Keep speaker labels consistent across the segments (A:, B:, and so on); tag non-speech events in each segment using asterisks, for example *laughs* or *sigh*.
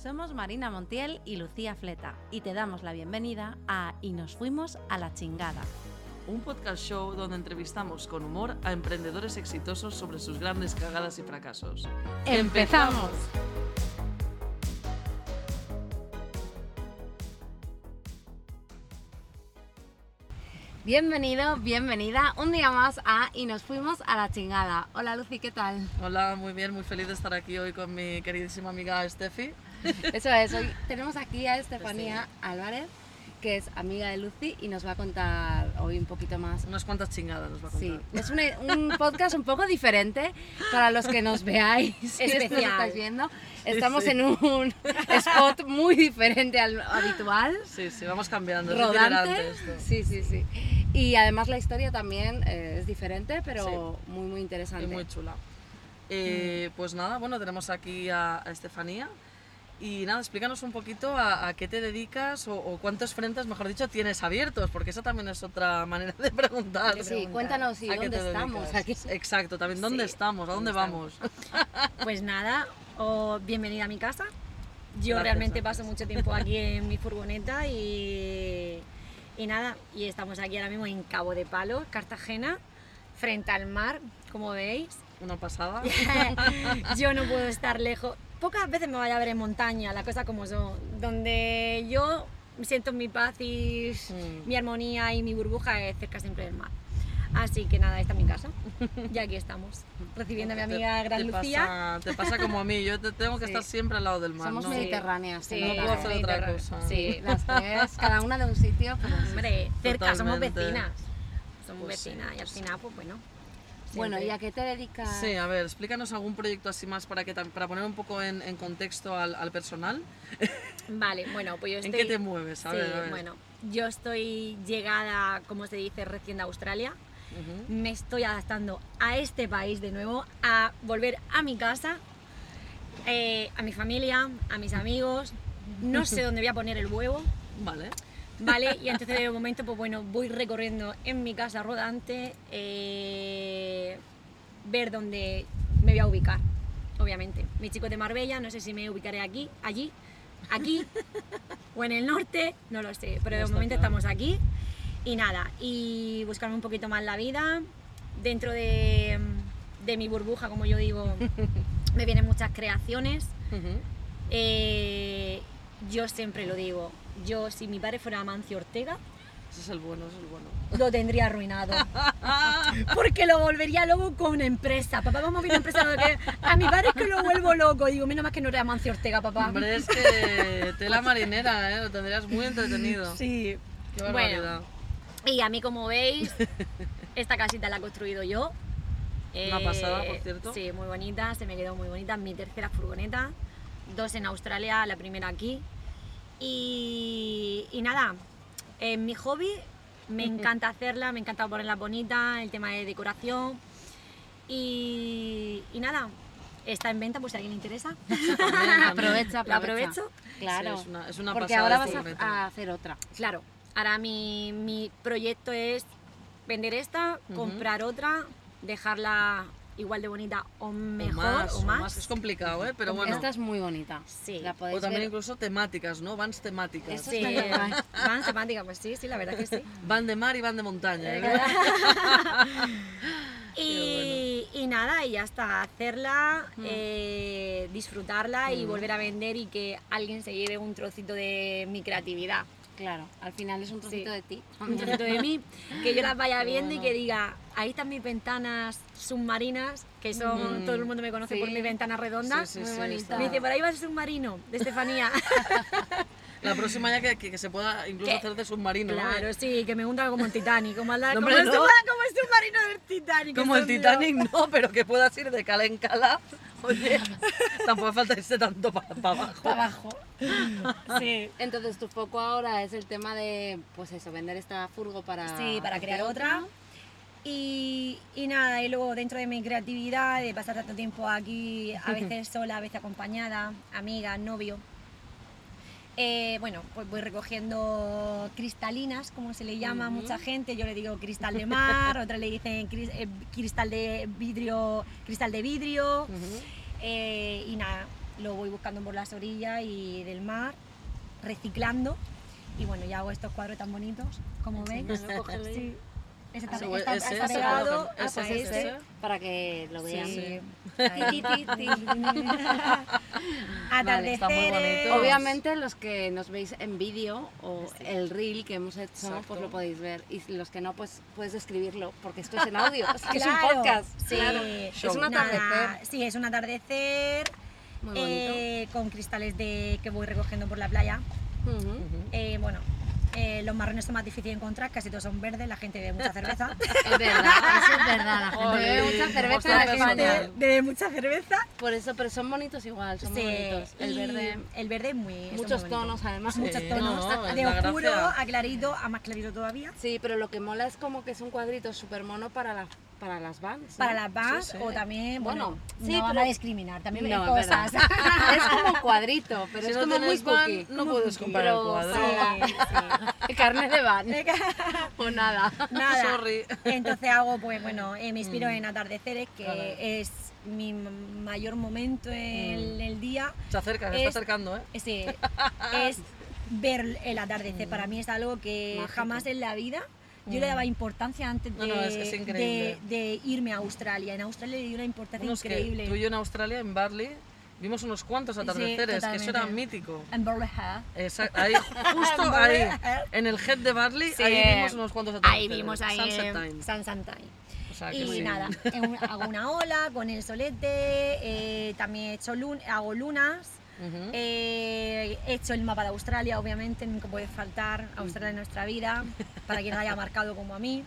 A: Somos Marina Montiel y Lucía Fleta y te damos la bienvenida a Y nos fuimos a la chingada.
B: Un podcast show donde entrevistamos con humor a emprendedores exitosos sobre sus grandes cagadas y fracasos.
A: ¡Empezamos! Bienvenido, bienvenida un día más a Y nos fuimos a la chingada. Hola Lucy, ¿qué tal?
B: Hola, muy bien, muy feliz de estar aquí hoy con mi queridísima amiga Steffi.
A: Eso es, hoy tenemos aquí a Estefanía Álvarez, que es amiga de Lucy y nos va a contar hoy un poquito más.
B: Unas cuantas chingadas nos va a contar.
A: Sí, es una- un, podcast un poco diferente para los que nos
B: *laughs*
A: veáis. *laughs* que nos
C: especial.
A: estáis viendo. Estamos
B: sí.
A: en un *laughs* spot muy diferente al habitual,
B: Sí, sí, vamos cambiando. es itinerante
A: rodante.
B: esto.
A: Sí, sí, sí. Y además la historia también eh, es diferente, pero muy, muy
B: Y
A: interesante. Mm.
B: muy chula. Eh, Pues nada, bueno, tenemos aquí a, a Estefanía. Y nada, explícanos un poquito a, a qué te dedicas o, o cuántos frentes, mejor dicho, tienes abiertos, porque esa también es otra manera de preguntar.
A: sí, cuéntanos ¿y
B: ¿A qué
A: dónde
B: te
A: estamos.
B: dedicas?
A: Aquí.
B: Exacto, también dónde
A: Sí,
B: estamos, a dónde,
A: ¿dónde
B: vamos.
C: Pues nada, o bienvenida a mi casa. Yo
B: Gracias,
C: realmente
B: gracias.
C: paso mucho tiempo aquí en mi furgoneta y, y nada, y estamos aquí ahora mismo en Cabo de Palos, Cartagena, frente al mar, como veis.
B: *laughs*
C: *laughs*
B: Una pasada.
C: yo no puedo estar lejos. Pocas veces me vaya a ver en montaña, la cosa como son, donde yo siento mi paz y
B: Mm.
C: mi armonía y mi burbuja es cerca siempre del mar. Así que nada, esta es mi casa y aquí estamos, recibiendo a mi
B: Te-
C: amiga Gran
B: te
C: Lucía.
B: Pasa, te pasa como a mí, yo te tengo que
C: Sí.
B: estar siempre al lado del mar.
A: Somos
B: ¿no?
A: mediterráneas, se
C: Sí,
A: nota,
B: puedo
A: ¿eh?
B: hacer otra
C: mediterráneo.
B: cosa.
A: Sí,
B: *laughs*
A: las tres, cada una de un sitio, pero sí.
C: Hombre, cerca, somos
B: Totalmente.
C: vecinas. Somos
B: Pues sí,
C: vecinas y al
B: pues sí.
C: final, pues bueno.
A: Bueno,
C: siempre.
A: ¿y a qué te dedicas?
B: Sí, a ver, explícanos algún proyecto así más para, que, tam- para poner un poco en, en contexto al, al personal.
C: Vale, bueno, pues yo
B: ¿En
C: estoy.
B: qué te mueves? A ver,
C: Sí,
B: a ver.
C: bueno, yo estoy llegada, como se dice, recién de Australia.
B: Ujú.
C: Me estoy adaptando a este país de nuevo, a volver a mi casa, eh, a mi familia, a mis amigos. No
B: *laughs*
C: sé dónde voy a poner el huevo,
B: Vale.
C: ¿vale? Y entonces de momento, pues bueno, voy recorriendo en mi casa rodante, eh, ver dónde me voy a ubicar, obviamente. Mi chico es de Marbella, no sé si me ubicaré aquí, allí, aquí, o en el norte, no lo sé,
B: No
C: pero de
B: está
C: momento
B: claro.
C: estamos aquí. Y nada, y buscarme un poquito más la vida, dentro de, de mi burbuja, como yo
B: *laughs*
C: digo, me vienen muchas creaciones.
B: Ujú.
C: Eh, yo siempre lo digo, yo si mi padre fuera Amancio Ortega,
B: Ese es el bueno, ese es el bueno.
C: lo tendría arruinado.
B: *laughs*
C: Porque lo volvería loco con una empresa. Papá, vamos a abrir una empresa. ¿no? Que A mi padre es que lo vuelvo loco. Digo, menos más que no era Amancio Ortega, papá.
B: Hombre, es que tela marinera, ¿eh? Lo tendrías muy entretenido.
C: Sí.
B: Qué
C: Bueno.
B: barbaridad.
C: Y a mí, como veis,
B: *laughs*
C: esta casita la he construido yo. Eh,
B: Una pasada, por cierto.
C: Sí, muy bonita, se me quedó muy bonita. Mi tercera furgoneta, dos en Australia, la primera aquí. Y, y nada, eh, mi hobby,
B: *laughs*
C: me encanta hacerla, me encanta ponerla bonita, el tema de decoración. Y, y nada, está en venta por si a alguien le interesa.
B: También, también.
A: *laughs* Aprovecha, aprovecha.
C: La aprovecho.
A: Claro.
B: Sí, es una, es una
A: Porque
B: pasada
A: ahora
B: este de
A: vas
B: furgoneta.
A: a, a hacer otra.
C: Claro, ahora mi, mi proyecto es vender esta,
B: Ujú.
C: comprar otra, dejarla igual de bonita o mejor o más.
B: o más. Es complicado, ¿eh? Pero bueno.
A: Esta es muy bonita.
C: Sí.
A: La podéis
B: O también
A: ver.
B: incluso temáticas, ¿no? Vans temáticas.
A: Eso
C: Sí,
A: está bien.
C: van temáticas, pues sí, sí, la verdad que sí.
B: Van de mar y van de montaña. ¿eh?
C: Y, y nada, y ya está, hacerla, eh, disfrutarla y
B: Mm.
C: volver a vender y que alguien se lleve un trocito de mi creatividad.
A: Claro, al final es un trocito
C: Sí.
A: de ti. *laughs*
C: un trocito de mí, que yo las vaya
B: Qué
C: viendo y que
B: bueno.
C: diga, ahí están mis ventanas submarinas, que son,
B: Mm.
C: todo el mundo me conoce por
A: Sí.
C: mi ventana redonda.
B: Sí, sí,
A: muy
B: sí,
A: bonita.
B: está-
C: Me dice, por ahí va el submarino, de
B: *laughs*
C: Estefanía.
B: *laughs* La próxima ya que, que, que se pueda incluso
C: ¿Qué?
B: hacer de submarino. ¿no?
C: claro, sí, que me hunda como el Titanic, como, la-
B: No,
C: como
B: hombre,
C: el,
B: no.
C: sub- como el submarino del Titanic.
B: Como el
C: eso,
B: Titanic, no, *laughs* pero que puedas ir de cala en cala. Oye, *laughs* tampoco falta irse tanto para abajo. *laughs*
A: abajo.
C: no. Sí.
A: Entonces tu foco ahora es el tema de, pues eso, vender esta furgo para...
C: Sí, para
A: hacer
C: crear
B: Ah.
C: otra. Y, y nada, y luego dentro de mi creatividad, de pasar tanto tiempo aquí,
B: *laughs*
C: a veces sola, a veces acompañada, amiga, novio, eh, bueno, pues voy recogiendo cristalinas, como se le llama a mucha gente. Yo
B: *laughs*
C: le digo cristal de mar, otra le dicen cris- eh, cristal de vidrio, cristal de vidrio. eh, y nada, lo voy buscando por las orillas y del mar, reciclando. Y bueno, ya hago estos cuadros tan bonitos, como veis.
A: Enséñalo, cógelo ahí.
C: Sí. Ese está,
B: Ese o-
C: está-
B: ese,
C: está
A: ese,
C: pegado.
B: ese,
C: Ah,
B: ese,
C: pues este.
B: ese.
A: Para que lo vean.
C: Sí.
A: Ti, ti,
B: *laughs*
A: ti, ti.
B: Vale, está muy
C: Atardeceres.
B: bonito.
A: Obviamente los que nos veis en vídeo o
B: Sí.
A: el reel que hemos hecho,
B: Exacto.
A: pues lo podéis ver. Y los que no, pues puedes describirlo, porque esto es en
C: *laughs*
A: audio, es, que es un
C: Claro,
A: podcast.
C: Sí,
A: claro.
B: Show.
A: Es un
C: Nada,
A: atardecer.
C: Sí, es un atardecer
A: Muy
C: eh, con cristales de que voy recogiendo por la playa.
A: bonito. Ujú.
B: Ujú.
C: Eh, bueno, eh, los marrones son más difíciles de encontrar, casi todos son verdes, la gente bebe mucha
A: *laughs*
C: cerveza.
A: Es verdad, eso es verdad. La gente
B: Jolín,
A: bebe mucha cerveza en
B: bastante
C: la gente
A: España.
B: personal.
C: bebe mucha cerveza.
A: Por eso, pero son bonitos igual, son muy
C: Sí,
A: bonitos. El
C: y
A: verde,
C: El verde es muy. es muy
A: muchos
C: bonito.
A: tonos además.
C: Muchos
B: Sí,
C: tonos.
B: no, es
C: de
B: la gracia.
C: oscuro a clarito, a más clarito todavía.
A: Sí, pero lo que mola es como que es un cuadrito súper mono para, la- para las bands.
C: Para las bands
B: Sí, sí.
C: o también, bueno,
A: Bueno,
C: no
A: sí,
C: van
A: pero-
C: a discriminar, también hay
A: No, es
C: cosas. *laughs*
A: verdad. *laughs* es como un cuadrito, pero
B: Si
A: es
B: no
A: como muy
B: tienes
A: cookie.
B: van, no
A: Como
B: puedes
A: cookie,
B: comprar el
A: pero
B: cuadro.
A: para
C: Sí, sí.
A: la- *laughs* carne de van *laughs* o
C: *laughs*
A: nada.
C: Nada.
B: Sorry. Mm.
C: Entonces hago, pues bueno, eh, me inspiro en atardeceres, que
B: Claro.
C: es mi m- mayor momento
B: Mm.
C: en el día.
B: *laughs* Se acerca, se
C: Es-
B: está acercando, ¿eh?
C: Ese es ver el atardecer.
B: Mm.
C: Para mí es algo que
A: Mágico.
C: jamás en la vida yo le daba importancia antes
B: No,
C: de,
B: no, es- es increíble.
C: de, de irme a Australia. En Australia le di una importancia
B: Unos
C: increíble.
B: que tú y yo en Australia, en Barley, vimos unos cuantos atardeceres, que eso era
C: totalmente.
B: mítico.
C: En Burley Hill.
B: Exacto, ahí,
C: *laughs*
B: justo ahí, en el head de Barley,
C: eh. Sí.
B: ahí vimos unos cuantos atardeceres.
C: Ahí vimos ahí
B: Sunset
C: en
B: Time.
C: Sunset Time.
B: O
A: Ah,
B: sea, que muy
C: Y
B: bien.
C: nada, en un- hago una ola con el solete, eh, también he hecho lun- hago lunas,
B: Ujú.
C: eh, he hecho el mapa de Australia, obviamente, nunca puede faltar Australia en nuestra vida, para quien la haya marcado como a mí.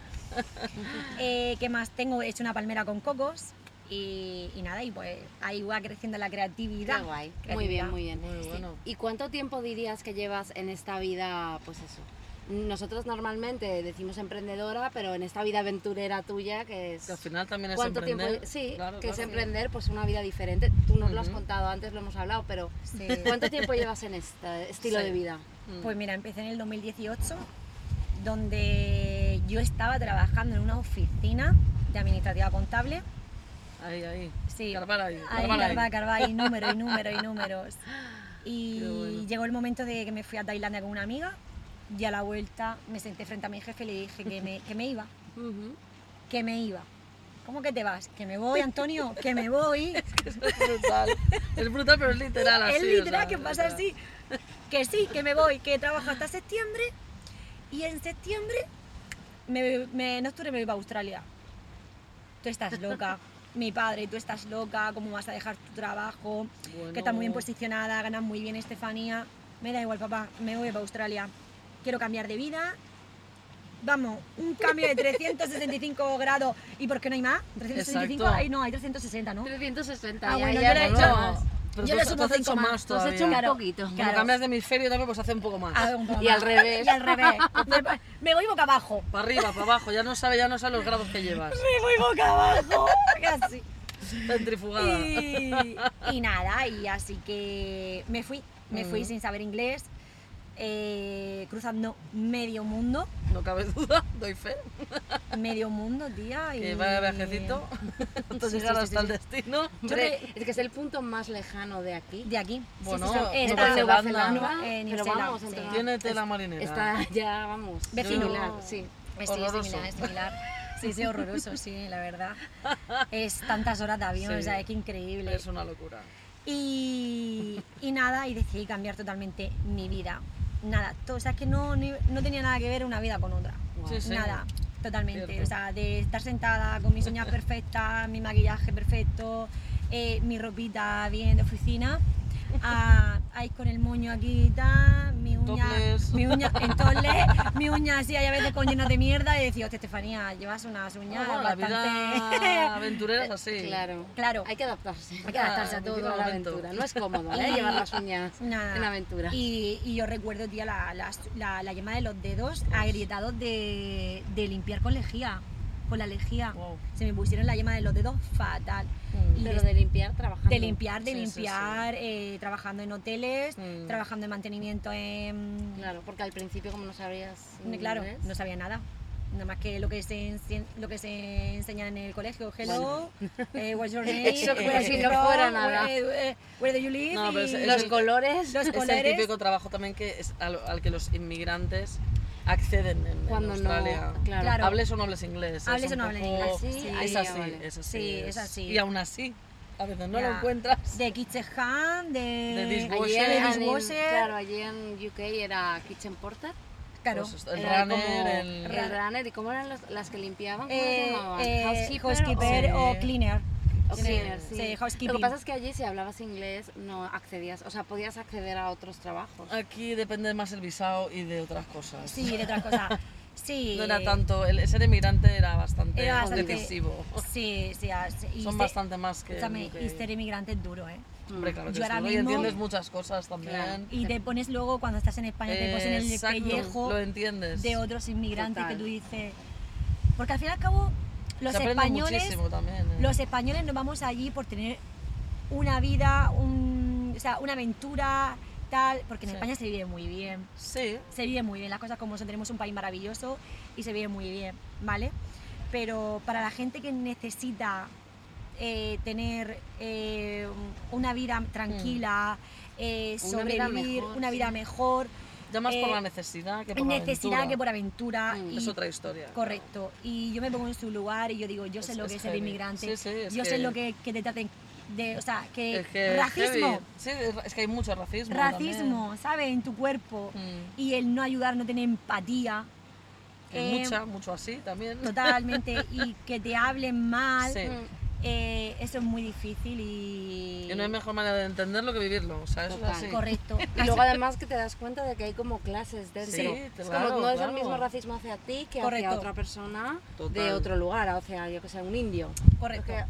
C: Eh, ¿Qué más tengo? He hecho una palmera con cocos y, y nada, y pues ahí va creciendo la creatividad.
A: Qué guay. Muy
C: Creatividad.
A: bien, muy bien.
B: Muy bueno.
A: ¿Y cuánto tiempo dirías que llevas en esta vida, pues eso? Nosotros normalmente decimos emprendedora, pero en esta vida aventurera tuya, que es...
B: Que al final también es
A: ¿Cuánto
B: emprender.
A: tiempo? Sí,
B: Claro,
A: que es
B: claro.
A: emprender pues una vida diferente. Tú nos lo has
B: Ujú.
A: contado antes, lo hemos hablado, pero
C: Sí.
A: ¿cuánto tiempo llevas en este estilo
B: Sí.
A: de vida?
B: Mm.
C: Pues mira, empecé en el 2018, donde yo estaba trabajando en una oficina de administrativa contable.
B: Ahí, ahí.
C: Sí.
B: Carbar ahí.
C: Ahí,
B: carbar ahí.
C: carva, carva, y números, y números,
B: *laughs*
C: y números. Y
B: Qué bueno.
C: llegó el momento de que me fui a Tailandia con una amiga y a la vuelta me senté frente a mi jefe y le dije que me, que me iba, que me iba. ¿Cómo que te vas? Que me voy,
B: *laughs*
C: Antonio, que me voy.
B: *laughs* Es brutal. Es brutal, pero es literal así.
C: es
B: o
C: literal
B: sea,
C: que pasa
B: literal.
C: así. Que sí, que me voy, que trabajo
B: *laughs*
C: hasta septiembre y en septiembre, me, me- en octubre me voy a Australia. Tú estás loca. Mi padre, tú estás loca, ¿cómo vas a dejar tu trabajo? que está muy bien pues,
B: Bueno.
C: posicionada, ganas muy bien Estefanía. Me da igual, papá, me voy para Australia. Quiero cambiar de vida. Vamos, un cambio de 365 *laughs* grados. ¿Y por qué no hay más? 365,
B: Exacto.
C: ay no, hay 360, ¿no?
A: 360.
C: Ah,
A: ya,
C: bueno,
A: ya
C: yo le he
A: hemos
C: hecho-
A: hablado.
B: No, pero
C: yo
B: tú
C: le
B: has-
C: sumo
B: tú has hecho
C: cinco más,
B: más
A: Tú has hecho
B: todavía.
A: un
C: Claro.
A: poquito.
B: Como
C: Claro.
B: cambias de hemisferio también, pues hace un poco
C: A ver,
B: más.
C: Ah, un poco
A: Y al
C: más.
A: revés.
C: Y al revés. Me, me voy boca abajo.
B: Para arriba, para abajo, ya no sabe, ya no sabe los grados que
C: *laughs*
B: llevas.
C: Me voy boca abajo. *laughs* Casi.
B: Centrifugada.
C: Y, y nada, y así que me fui. Me fui
B: Ujú.
C: sin saber inglés, eh, cruzando medio mundo.
B: No cabe duda, doy fe.
C: Medio mundo, tía. Y...
B: Que vaya viajecito *laughs* hasta
C: Sí, sí,
B: llegar
C: sí,
B: hasta
C: sí,
B: el destino.
A: Hombre,
C: Yo
A: es que es el punto más lejano de aquí.
C: De aquí.
B: Bueno,
C: sí, sí,
B: Nueva
C: está-
B: Zelanda.
A: Zelanda,
C: Eh, New
A: pero
C: Zealand,
A: vamos,
C: sí.
A: entre-
B: Tiene tela marinera.
A: Está ya, vamos,
C: Vecino.
A: similar, sí.
C: Pues sí,
B: horroroso.
C: es similar, es similar. Sí, sí, horroroso, sí, la verdad. Es tantas horas de avión,
B: Sí.
C: o sea, es que increíble.
B: Es una locura.
C: Y, y nada, y decidí cambiar totalmente mi vida. Nada, todo, o sea, es que no, ni- no tenía nada que ver una vida con otra.
A: Guau.
B: Sí, sí.
C: Nada, totalmente.
B: Cierto.
C: O sea, de estar sentada con mis
B: *laughs*
C: uñas perfectas, mi maquillaje perfecto, eh, mi ropita bien de oficina, a, a ir con el moño aquí y tal, mi uña,
B: Topless.
C: mi
B: *laughs*
C: uña en topless, mi uña así, hay a veces con llenas de mierda y decía, hostia, Estefanía, llevas unas
B: Ah,
C: uñas
B: bueno, la
C: bastante... Eh,
B: vida *laughs* aventurera es así.
A: Claro.
C: Claro.
A: Hay que adaptarse.
C: Hay que adaptarse a
A: Ah,
C: todo,
A: vivir la
B: momento.
A: aventura. No es
C: *laughs*
A: cómodo, ¿eh?
C: Y-
A: Llevar las uñas
C: Nada.
A: en aventura.
C: Y, y yo recuerdo, tía, la, la, la- la yema de los dedos agrietados de, de limpiar con lejía, con la lejía.
B: Wow.
C: Se me pusieron la yema de los dedos fatal.
B: Mm.
C: Y
A: Pero
C: es-
A: de limpiar trabajando.
C: de limpiar, de
B: Sí, sí, sí.
C: limpiar, eh, trabajando en hoteles,
B: Mm.
C: trabajando en mantenimiento en...
A: Claro, porque al principio como no sabías
C: Claro,
A: inglés,
C: no sabía nada. Nada más que lo que se, ense- lo que se enseña en el colegio. Hello, eh,
B: *laughs*
C: what's your name?
A: Eso como
C: where
A: si
C: you
A: no
C: from,
A: fuera nada.
C: Where, eh, where do you live?
B: No, pero es-
C: y
B: es
A: Los
B: el-
A: colores,
C: los
B: Es el
C: colores.
B: típico trabajo también que es al, al que los inmigrantes acceden en, en
A: cuando no...
B: Australia.
A: Claro.
C: Claro.
B: Hables o no hables inglés. es
C: Hables o
B: un
C: no hables
B: poco-
C: inglés.
A: así,
C: sí.
B: Es
A: ah,
B: así,
A: vale.
B: es así.
C: Sí, es así.
B: Y aún así, a veces no lo
C: Ya.
B: encuentras.
C: De Kitchen de...
B: De Ah, Disney.
A: Allí
B: Washer,
A: en, en-
C: dishwasher.
A: claro, allí en UK era kitchen porter,
C: Claro. Eh,
B: Pues esto, el
A: era
B: runner,
A: como
B: el-
A: el runner, ¿y cómo eran los- las que limpiaban? ¿Cómo se
C: Eh,
A: llamaban?
C: eh,
A: Housekeeper o-
C: housekeeper o,
B: Sí.
C: cleaner.
A: o
C: Sí,
A: cleaner,
C: sí,
A: sí. Lo que
C: housekeeping.
A: pasa es que allí si hablabas inglés no accedías, o sea, podías acceder a otros trabajos.
B: Aquí depende más el visado y de otras cosas.
C: Sí, de otras
B: *laughs*
C: cosas. Sí.
B: No era tanto, el ser inmigrante era bastante,
C: Era bastante-
B: decisivo.
C: Sí, sí. ah, sí. Y
B: Son
C: se-
B: bastante más que...
C: escúchame,
B: que-
C: y ser inmigrante es duro, ¿eh?
B: Hombre, claro, que
C: Yo
B: es
C: ahora
B: duro, y
C: mismo-
B: entiendes muchas cosas también.
A: Claro.
C: Y te pones luego, cuando estás en España, te pones en el
B: Exacto,
C: pellejo
B: lo entiendes.
C: de otros inmigrantes
A: Total.
C: que tú dices... Porque al fin y al cabo, los
B: Se aprende
C: españoles...
B: muchísimo también. ¿eh?
C: Los españoles nos vamos allí por tener una vida, un, o sea, una aventura, tal, porque en
B: Sí.
C: España se vive muy bien.
B: Sí,
C: se vive muy bien, las cosas como son, tenemos un país maravilloso y se vive muy bien, ¿vale? Pero para la gente que necesita eh, tener eh, una vida tranquila,
B: Mm.
C: eh,
A: Una vida
C: sobrevivir,
A: mejor,
C: una vida
A: sí.
C: mejor,
B: ya más por
C: Eh,
B: la necesidad que por la
C: necesidad
B: aventura.
C: que por aventura.
A: Mm.
C: y-
B: Es otra historia.
C: Correcto. Y yo me pongo en su lugar y yo digo, yo sé
B: Es-
C: lo que
B: es
C: es ser
B: heavy.
C: inmigrante,
B: Sí, sí, es
C: yo
B: que-
C: sé lo que, que te traten de, o sea, que,
B: Es que es
C: racismo,
B: heavy. Sí, es ra- es que hay mucho racismo.
C: racismo, ¿sabes? En tu cuerpo.
B: también. Mm.
C: Y el no ayudar, no tener empatía.
B: Que
C: Eh,
B: mucha, mucho así también.
C: Totalmente, y que te hablen mal,
B: Sí.
A: Mm.
C: eh, eso es muy difícil y...
B: Y no hay mejor manera de entenderlo que vivirlo, o sea, eso es
A: Total.
B: así. *laughs*
C: Correcto.
A: Y luego además que te das cuenta de que hay como clases dentro.
B: Sí,
A: es
B: claro,
A: como no es el
B: claro.
A: mismo racismo hacia ti que
C: Correcto.
A: hacia otra persona de
B: Total.
A: otro lugar, o sea, yo que sé, un indio.
C: Correcto.
A: Que,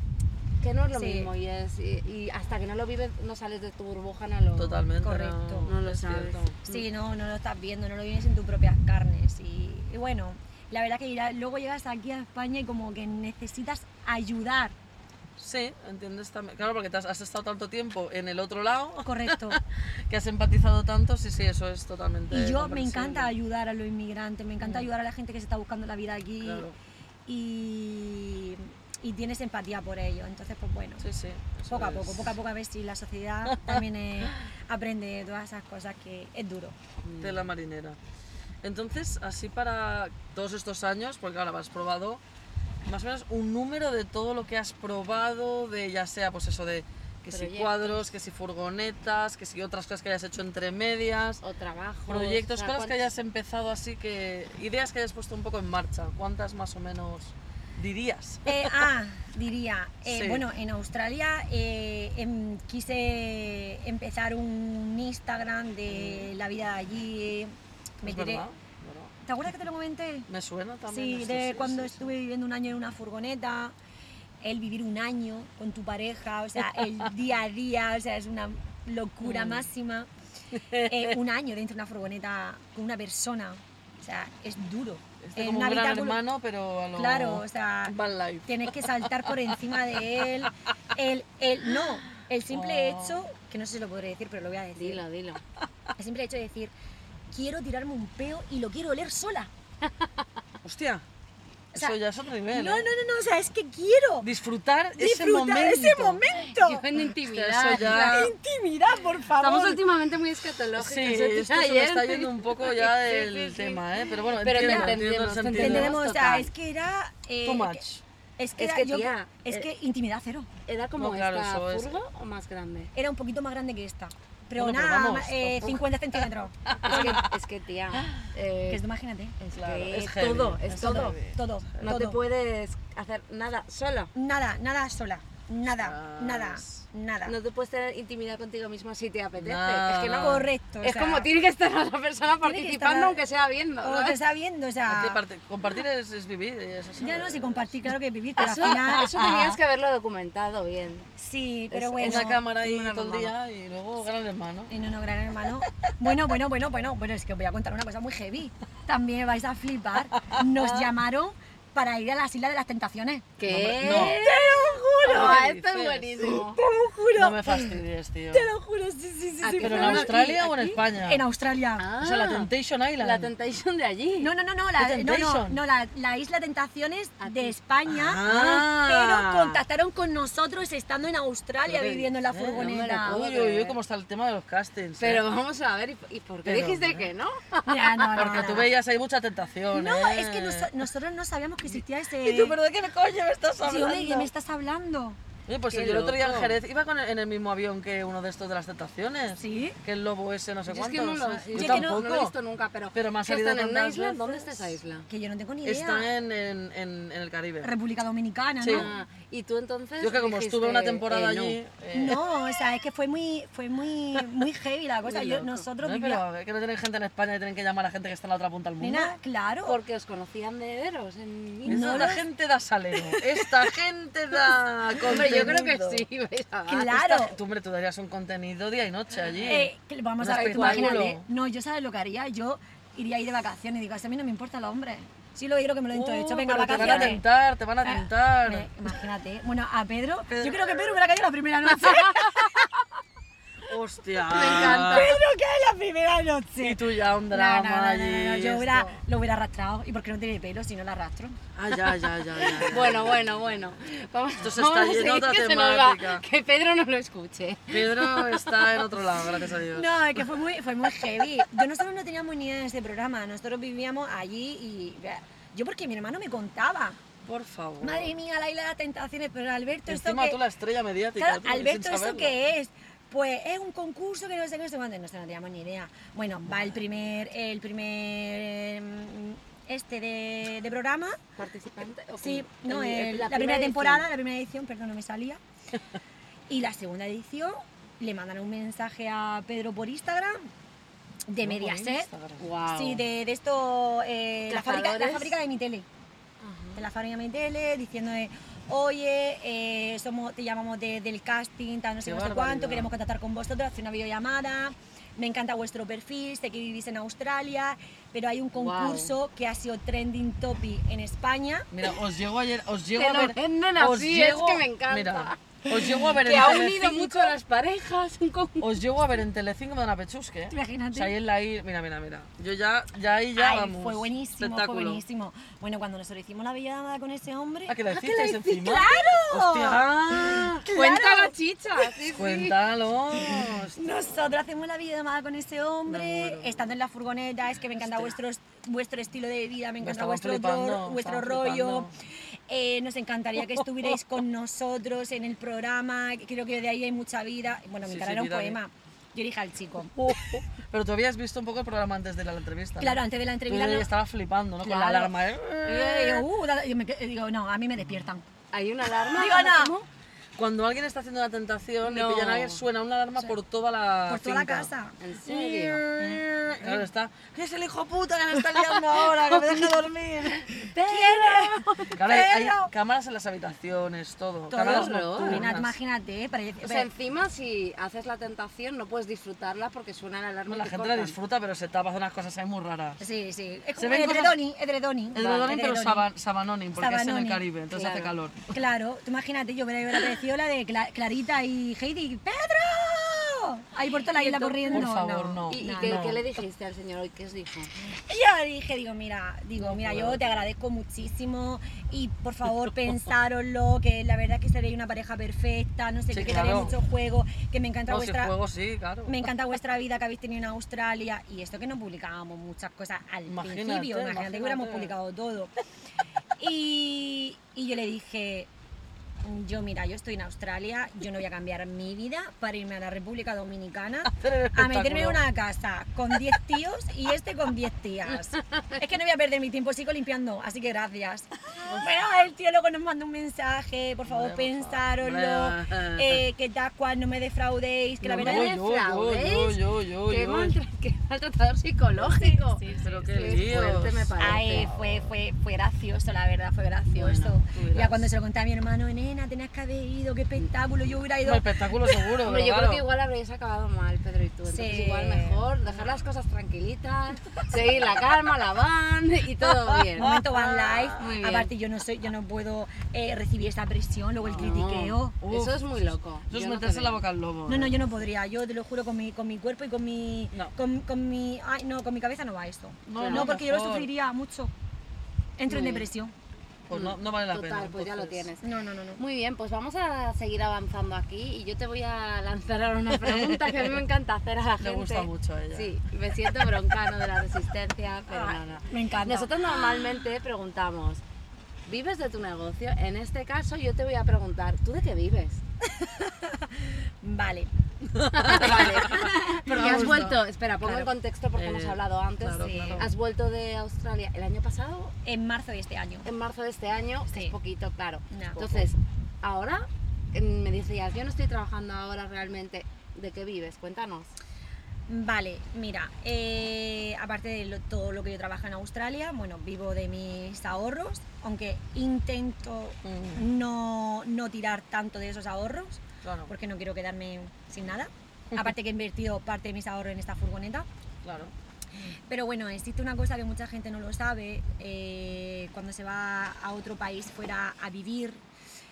A: que no es lo
C: Sí.
A: mismo y, es, y, y hasta que no lo vives no sales de tu burbuja, no lo...
B: Totalmente.
C: Correcto.
B: No,
A: No lo
B: es
A: sabes.
B: cierto.
C: Sí, no, no lo estás viendo, no lo vienes en tus propias carnes y, y bueno, la verdad que ya- luego llegas aquí a España y como que necesitas ayudar.
B: Sí, entiendes también. Claro, porque te has, has estado tanto tiempo en el otro lado *laughs*
C: Correcto.
B: que has empatizado tanto. Sí, sí, eso es totalmente.
C: Y yo me
B: comprensible.
C: encanta ayudar a los inmigrantes, me encanta
B: Mm.
C: ayudar a la gente que se está buscando la vida aquí
B: Claro.
C: y, y tienes empatía por ello. Entonces, pues bueno.
B: Sí, sí. eso
C: poco a
B: es.
C: poco, poco a poco a ver si
B: *laughs*
C: la sociedad también eh, aprende todas esas cosas que es duro.
B: de la marinera. Entonces, así para todos estos años, porque ahora has probado más o menos un número de todo lo que has probado, de ya sea pues eso de que si
A: Proyectos.
B: cuadros, que si furgonetas, que si otras cosas que hayas hecho entre medias,
A: O trabajo.
B: proyectos, cosas que hayas empezado así que ideas que hayas puesto un poco en marcha. ¿Cuántas más o menos dirías? *laughs*
C: Eh, ah, diría, eh,
B: Sí.
C: bueno, en Australia eh, em, quise empezar un Instagram de la vida de allí. eh, Me
B: Mm. Es
C: tiré-
B: verdad, ¿verdad?
C: ¿Te acuerdas que te lo comenté?
B: Me suena también.
C: Sí,
B: esto,
C: de cuando
B: sí, sí.
C: estuve viviendo un año en una furgoneta, el vivir un año con tu pareja, o sea,
B: *laughs*
C: el día a día, o sea, es una locura
B: Mm.
C: máxima.
B: *laughs*
C: Eh, un año dentro de una furgoneta con una persona, o sea, es duro.
B: Este
C: En
B: como
C: un
B: un gran
C: habitáculo-
B: hermano, pero a lo
C: Claro, o sea,
B: van life.
C: tienes que saltar por encima de él. El, el, no, el simple
B: Wow.
C: hecho, que no sé si lo podré decir, pero lo voy a decir.
A: Dilo, dilo.
C: El simple hecho de decir, quiero tirarme un peo y lo quiero oler sola.
B: Hostia,
C: O sea,
B: eso ya es otro
C: No,
B: nivel.
C: no,
B: ¿eh?
C: no, no, o sea, es que quiero
B: Disfrutar, ese
C: disfrutar
B: momento.
C: ese momento.
A: Yo en
B: Hostia,
A: intimidad.
B: *laughs* eso ya.
C: Intimidad, por favor.
A: Estamos últimamente muy escatológicos.
B: Sí,
A: ¿eh?
B: esto se me está
A: Ayer.
B: yendo un poco ya
A: *laughs* Sí, sí,
B: del
A: sí.
B: tema, ¿eh? Pero bueno,
A: Pero te
B: entiendo, entiendo el
A: entendemos, te
B: sentido.
A: entendemos.
C: Entendemos, o sea,
A: total.
C: es que era. eh,
B: Too much.
C: Es que,
A: Es
C: era-
A: que,
C: yo-
A: tía,
C: es
A: eh,
C: que intimidad cero.
A: ¿Era como
B: No, claro, eso
A: esta
B: es-
A: furgo o más
B: *laughs*
A: grande?
C: Era un poquito más grande que esta. Pero
B: Bueno, pero
C: nada,
B: vamos,
C: ma- eh,
B: tampoco.
C: 50 centímetros.
A: Es que, es que tía, eh,
C: Que es- imagínate.
A: es que
B: Claro, es
A: es
B: heavy,
A: todo, es
B: es
A: todo.
B: heavy.
C: Todo.
A: No
C: todo.
A: te puedes hacer nada sola.
C: Nada, nada sola. Nada,
B: Ostras.
C: nada, nada.
A: No te puedes tener intimidad contigo mismo si te apetece.
B: Nada.
A: Es que no.
C: Correcto. o
A: Es
C: sea,
A: como tiene que estar la persona
C: tiene que
A: participando
C: estar-
A: aunque sea viendo.
C: O
A: ¿no?
C: te está viendo, o
B: Aquí
C: sea.
B: parte- Compartir es, es ¿eh? vivir. y eso
C: ah, Ya
B: sabe.
C: no, si compartir, claro que vivir, pero al
A: Eso,
C: final.
A: eso tenías que haberlo documentado bien.
C: Sí,
B: Es
C: pero bueno.
B: Una cámara ahí
A: Una
B: todo el
A: mamá.
B: día y luego gran hermano.
C: En un gran
B: *laughs*
C: hermano. Bueno, bueno, bueno, bueno, bueno, es que os voy a contar una cosa muy heavy. También vais a
B: Ah.
C: flipar. Nos llamaron para ir a las Islas de las Tentaciones.
A: ¿Qué?
B: No, hombre, Ah,
C: juro.
A: Buah,
B: ¿qué
A: esto es
B: dices?
A: buenísimo.
C: Te lo juro.
B: No me fastidies, tío.
C: Te lo juro, sí, sí, sí.
A: Ah,
C: sí,
A: pero
B: ¿Pero en
C: fue una-
B: Australia
A: aquí,
B: o en
A: aquí.
B: España?
C: En Australia.
A: Ah,
B: O sea, la Temptation Island.
A: La Temptation de allí.
C: No, no, no, no, la,
B: The
C: no, no,
B: Temptation.
C: no, la, la isla Tentaciones de
A: Aquí.
C: España,
B: Ah.
C: pero contactaron con nosotros estando en Australia
B: Creo que-
C: viviendo en la
B: eh, no me
C: furgoneta.
A: acuerdo.
B: Uy, uy, uy, cómo está el tema de los castings.
A: Pero
B: eh.
A: vamos a ver, ¿y, y por qué
B: Pero,
A: dijiste
B: ¿no?
A: que no?
C: Ya, no, no,
B: Porque
C: no.
B: tú veías hay mucha tentación.
C: No,
B: eh.
C: es que noso- nosotros no sabíamos que existía ese...
B: ¿Y tú, pero de qué coño me estás
C: Sí,
B: hablando?
C: hombre, ¿qué me estás hablando?
B: Oye, pues
A: Qué
B: yo el otro día en
A: loco.
B: Jerez iba con el- en el mismo avión que uno de estos de las tentaciones.
C: Sí.
B: Que el lobo ese, no sé
A: Yo es
B: cuánto.
A: que no lo,
B: o sea,
A: yo
B: yo
A: es que no- no
B: tampoco.
A: lo he visto nunca, pero,
B: Pero me ha
A: ¿qué
B: salido
A: están en una
B: tantas
A: isla? ¿Dónde está
B: veces.
A: esa isla?
C: Que yo no tengo ni idea.
B: Están en, en- en- en el Caribe.
C: República Dominicana,
B: Sí.
C: ¿no?
A: Ah, y tú entonces
B: Yo que como
A: dijiste,
B: estuve una temporada
A: eh, no.
B: allí... eh,
C: No, o sea, es que fue muy, fue muy, muy heavy la cosa.
A: Muy
C: Yo-
A: loco.
C: nosotros
B: no,
C: vivíamos...
B: pero es que no tienen gente en España y tienen que llamar a gente que está en la otra punta del mundo.
C: Nena, claro.
A: Porque os conocían de veros en
B: Esta
A: Instagram.
B: la gente da salero. Esta gente
C: *laughs*
B: da
A: Hombre, yo creo que
B: contenido.
A: sí. vais a dar.
C: Claro.
B: Esta- tú, hombre, tú darías un contenido día y noche allí.
C: Eh, que vamos
B: Un
C: a ver,
B: espectáculo.
C: imagínate. No, yo sabes lo que haría. Yo iría ahí de vacaciones y digo, "Si a mí no me importa el hombre. Sí lo quiero que me lo den todo
B: Uh,
C: hecho. Venga,
B: pero te van a
C: vacaciones.
B: tentar, te van a
C: Eh,
B: tentar.
C: hombre, imagínate. Bueno, a Pedro,
B: Pedro.
C: Yo creo que Pedro hubiera caído la primera noche.
B: *laughs*
C: *laughs*
B: Hostia.
A: Me encanta.
C: Pedro cae la primera
B: Y
C: noche.
B: tú ya un
C: No, no, no,
B: drama
C: no, no,
B: allí.
C: no, Yo
B: esto.
C: hubiera, lo hubiera arrastrado. ¿Y por qué no tiene pelo si no lo arrastro?
B: Ah, ya, ya, ya. ya, ya.
A: Bueno, bueno, bueno. Vamos,
B: Esto se
A: vamos
B: está
A: a
B: yendo a
A: seguir,
B: otra
A: que se nos va,
B: temática.
A: que Pedro no lo escuche.
B: Pedro está en otro lado, gracias a Dios.
C: No, es que fue muy, fue muy heavy. Yo nosotros no teníamos ni idea de este programa. Nosotros vivíamos allí y... Yo porque mi hermano me contaba.
B: Por favor.
C: Madre mía, la isla de las tentaciones, pero Alberto, esto
B: Encima
C: que...
B: tú la estrella mediática.
C: Claro,
B: tú,
C: Alberto,
B: sin
C: ¿esto
B: saberlo.
C: qué es? Pues es un concurso que no sé qué, no sé cuándo. No sé, no teníamos ni idea. Bueno, va el primer, el primer em, este de, de programa.
A: Participante. o
C: Sí,
A: como-
C: no,
A: el-
C: el- la, primera temporada, la primera edición, perdón, no me salía. Y la segunda edición le mandan un mensaje a Pedro por Instagram de
B: No, por
C: Mediaset.
B: Instagram.
A: edición. Guau.
C: Sí, de, de esto, eh, la, fábrica, la
A: Cazadores.
C: fábrica de mi tele
A: Ajá.
C: de la familia Mentele diciendo de, oye, eh, somos, te llamamos de- del casting, tal, no sé,
B: Qué
C: no sé cuánto,
B: barbaridad.
C: queremos contactar con vosotros, hacer una videollamada, me encanta vuestro perfil, sé que vivís en Australia, pero hay un
A: Guau.
C: concurso que ha sido trending topic en España.
B: Mira, os llego ayer, os llego
A: Te
B: a
A: lo
B: ver.
A: venden
B: os
A: así, es
B: llego-
A: que me encanta.
B: Mira, os llego a ver
A: Que
B: en
A: ha unido
B: Telecinco-
A: mucho a las parejas. un con-
B: Os llego a ver en Telecinco me da una pechusque. ¿eh? O
C: Imagínate.
B: sea, ahí en la I- mira, mira, mira. Yo ya, ya ahí ya
C: Ay,
B: vamos.
C: fue buenísimo, fue
B: Espectáculo.
C: buenísimo. Bueno, cuando nosotros hicimos la videollamada con ese hombre...
B: Ah, que la
C: ¡Ah,
B: hicisteis
C: hici-
B: encima.
C: ¡Claro!
A: *laughs*
B: Hostia.
A: Cuenta la chicha. sí, sí.
B: Cuéntalo.
C: Nosotros hacemos la videollamada con ese
B: Me
C: hombre,
B: muero.
C: estando en la furgoneta, es que me encanta vuestro, vuestro estilo de vida, me encanta
B: estaba
C: vuestro,
B: flipando,
C: dor-
B: me
C: vuestro
B: estaba
C: rollo.
B: flipando.
C: Eh, nos encantaría que estuvierais con nosotros en el programa, creo que de ahí hay mucha vida. Bueno, me
B: Sí, sí,
C: encargaron un
B: vida de-
C: poema. Yo dije al chico.
B: Pero tú habías visto un poco el programa antes de la entrevista. ¿no?
C: Claro, antes de la
B: Tú
C: entrevista... no-
B: estaba flipando, ¿no? Con la
C: Claro.
B: alarma. ¿eh?
C: Eh, yo, uh, da- yo me que- digo, no, a mí me despiertan.
A: ¿Hay una alarma?
C: Digo,
A: ¿Cómo,
C: no.
A: cómo?
B: Cuando alguien está haciendo una tentación
A: No.
B: y pillan a alguien, suena una alarma por toda la
C: Por toda la
B: finca.
C: casa.
A: ¿En serio?
B: Claro, está. ¿Qué es el hijo puta que me está liando ahora? Que me deje
A: *laughs*
B: dormir. Claro, hay, hay
C: Pero-
B: cámaras en las habitaciones, todo.
C: Todo,
B: cámaras
A: horror.
B: nocturnas.
C: Imagínate, imagínate, eh, parece-
A: O sea, encima si haces la tentación no puedes disfrutarla porque suena la alarma.
B: Bueno, la
A: y te
B: gente la
A: cortan.
B: disfruta, pero se tapa de unas cosas ahí muy raras.
C: Sí, sí. Es
B: Se
C: como
B: ven cosas-
C: edredoni, edredoni.
B: El
C: Vale,
B: dolor pero
C: edredoni.
B: saban- sabanonin, porque es en
C: Sabanonin,
B: el Caribe, entonces hace
A: claro.
B: calor.
C: Claro, tú imagínate, yo hubiera hubiera aparecido la de Cla- Clarita y Heidi. ¡Pedro! Ahí por toda la isla corriendo.
B: Por favor, no.
A: ¿Y, y
C: no,
A: qué,
B: no.
A: qué le dijiste al señor hoy? ¿Qué os dijo?
C: Yo dije, digo, mira, digo, mira, yo te agradezco muchísimo y
B: *laughs*
C: por favor pensároslo, que la verdad es que seréis una pareja perfecta, no sé,
B: Sí,
C: qué, que
B: claro.
C: daréis mucho juego, que me encanta
B: No, si
C: vuestra...
B: juego sí, claro.
C: Me encanta vuestra vida que habéis tenido en Australia y esto que no publicábamos muchas cosas al
B: Imagínate,
C: principio, imagínate, que hubiéramos
B: imagínate.
C: publicado todo. Y, y yo le dije, yo mira, yo estoy en Australia, yo no voy a cambiar mi vida para irme a la
B: *laughs*
C: República Dominicana a meterme en una casa con 10 tíos y este con 10 tías. Es que no voy a perder mi tiempo, sigo limpiando, así que gracias. Bueno, el tío luego nos manda un mensaje, por favor,
B: Pues Hombre, por favor.
C: pensároslo, eh, que tal cual, no me defraudéis, que la
A: No
C: verdad
A: me
C: es
A: de
B: yo, yo, yo,
A: fraudes,
B: yo, yo,
A: qué,
B: yo.
A: maltra- qué maltratador psicológico.
C: Sí, sí,
B: Pero
C: sí.
B: qué líos.
A: fuerte me parece.
C: Ay, fue, fue, fue gracioso, la verdad, fue gracioso.
A: Bueno, tú
C: ya
A: verás.
C: cuando se lo conté a mi hermano, nena, pena, tenías que haber ido, qué espectáculo, yo hubiera ido.
B: Un espectáculo seguro,
A: Hombre, yo creo
B: pero
A: que
B: claro.
A: igual habréis acabado mal, Pedro y tú. Entonces,
C: Sí.
A: igual mejor dejar las cosas tranquilitas, seguir la calma, la van y todo
B: *laughs*
A: bien.
C: momento van live.
A: Muy bien.
C: Aparte, yo no soy, yo no puedo eh, recibir esa presión, luego el
A: No,
C: critiqueo.
B: Uf,
A: eso es muy loco.
B: Eso es
A: Yo no
B: meterse
A: podría.
B: la boca al lobo.
C: No, no, yo no podría. Yo te lo juro con mi, con mi cuerpo y con mi,
B: No.
C: con, con mi, ay, no, con mi cabeza no va esto.
A: Claro.
C: No, porque yo lo
B: mejor.
C: sufriría mucho. Entro en
A: Muy bien.
C: depresión.
B: Pues no, no vale la
A: Total,
B: pena.
A: pues ya lo
B: entonces.
A: tienes.
C: No, no, no, no.
A: Muy bien, pues vamos a seguir avanzando aquí y yo te voy a lanzar ahora una pregunta que a mí me encanta hacer a la gente.
B: *laughs* Le gusta mucho a ella.
A: Sí, me siento broncano de la resistencia, pero no, no.
C: Me encanta.
A: Nosotros normalmente preguntamos, ¿vives de tu negocio? En este caso yo te voy a preguntar, ¿tú de qué vives?
C: Vale. *laughs*
A: Vale. Porque
B: Me
A: has
B: gusta.
A: vuelto, espera, pongo
B: Claro.
A: en contexto porque
B: Eh,
A: hemos hablado antes.
B: claro,
A: Sí.
B: claro.
A: Has vuelto de Australia el año pasado,
C: En marzo de
A: *laughs*
C: este año.
A: en marzo de este año,
C: Sí.
A: es poquito, claro.
C: No.
A: Entonces, ahora eh, me decías, yo no estoy trabajando ahora realmente, ¿de qué vives? Cuéntanos.
C: Vale, mira, eh, aparte de lo- todo lo que yo trabajo en Australia, bueno, vivo de mis ahorros, aunque intento
B: Mm,
C: no, no tirar tanto de esos ahorros,
B: claro,
C: porque no quiero quedarme sin nada. Aparte que he invertido parte de mis ahorros en esta furgoneta.
B: claro.
C: Pero bueno, existe una cosa que mucha gente no lo sabe, eh, cuando se va a otro país fuera a vivir,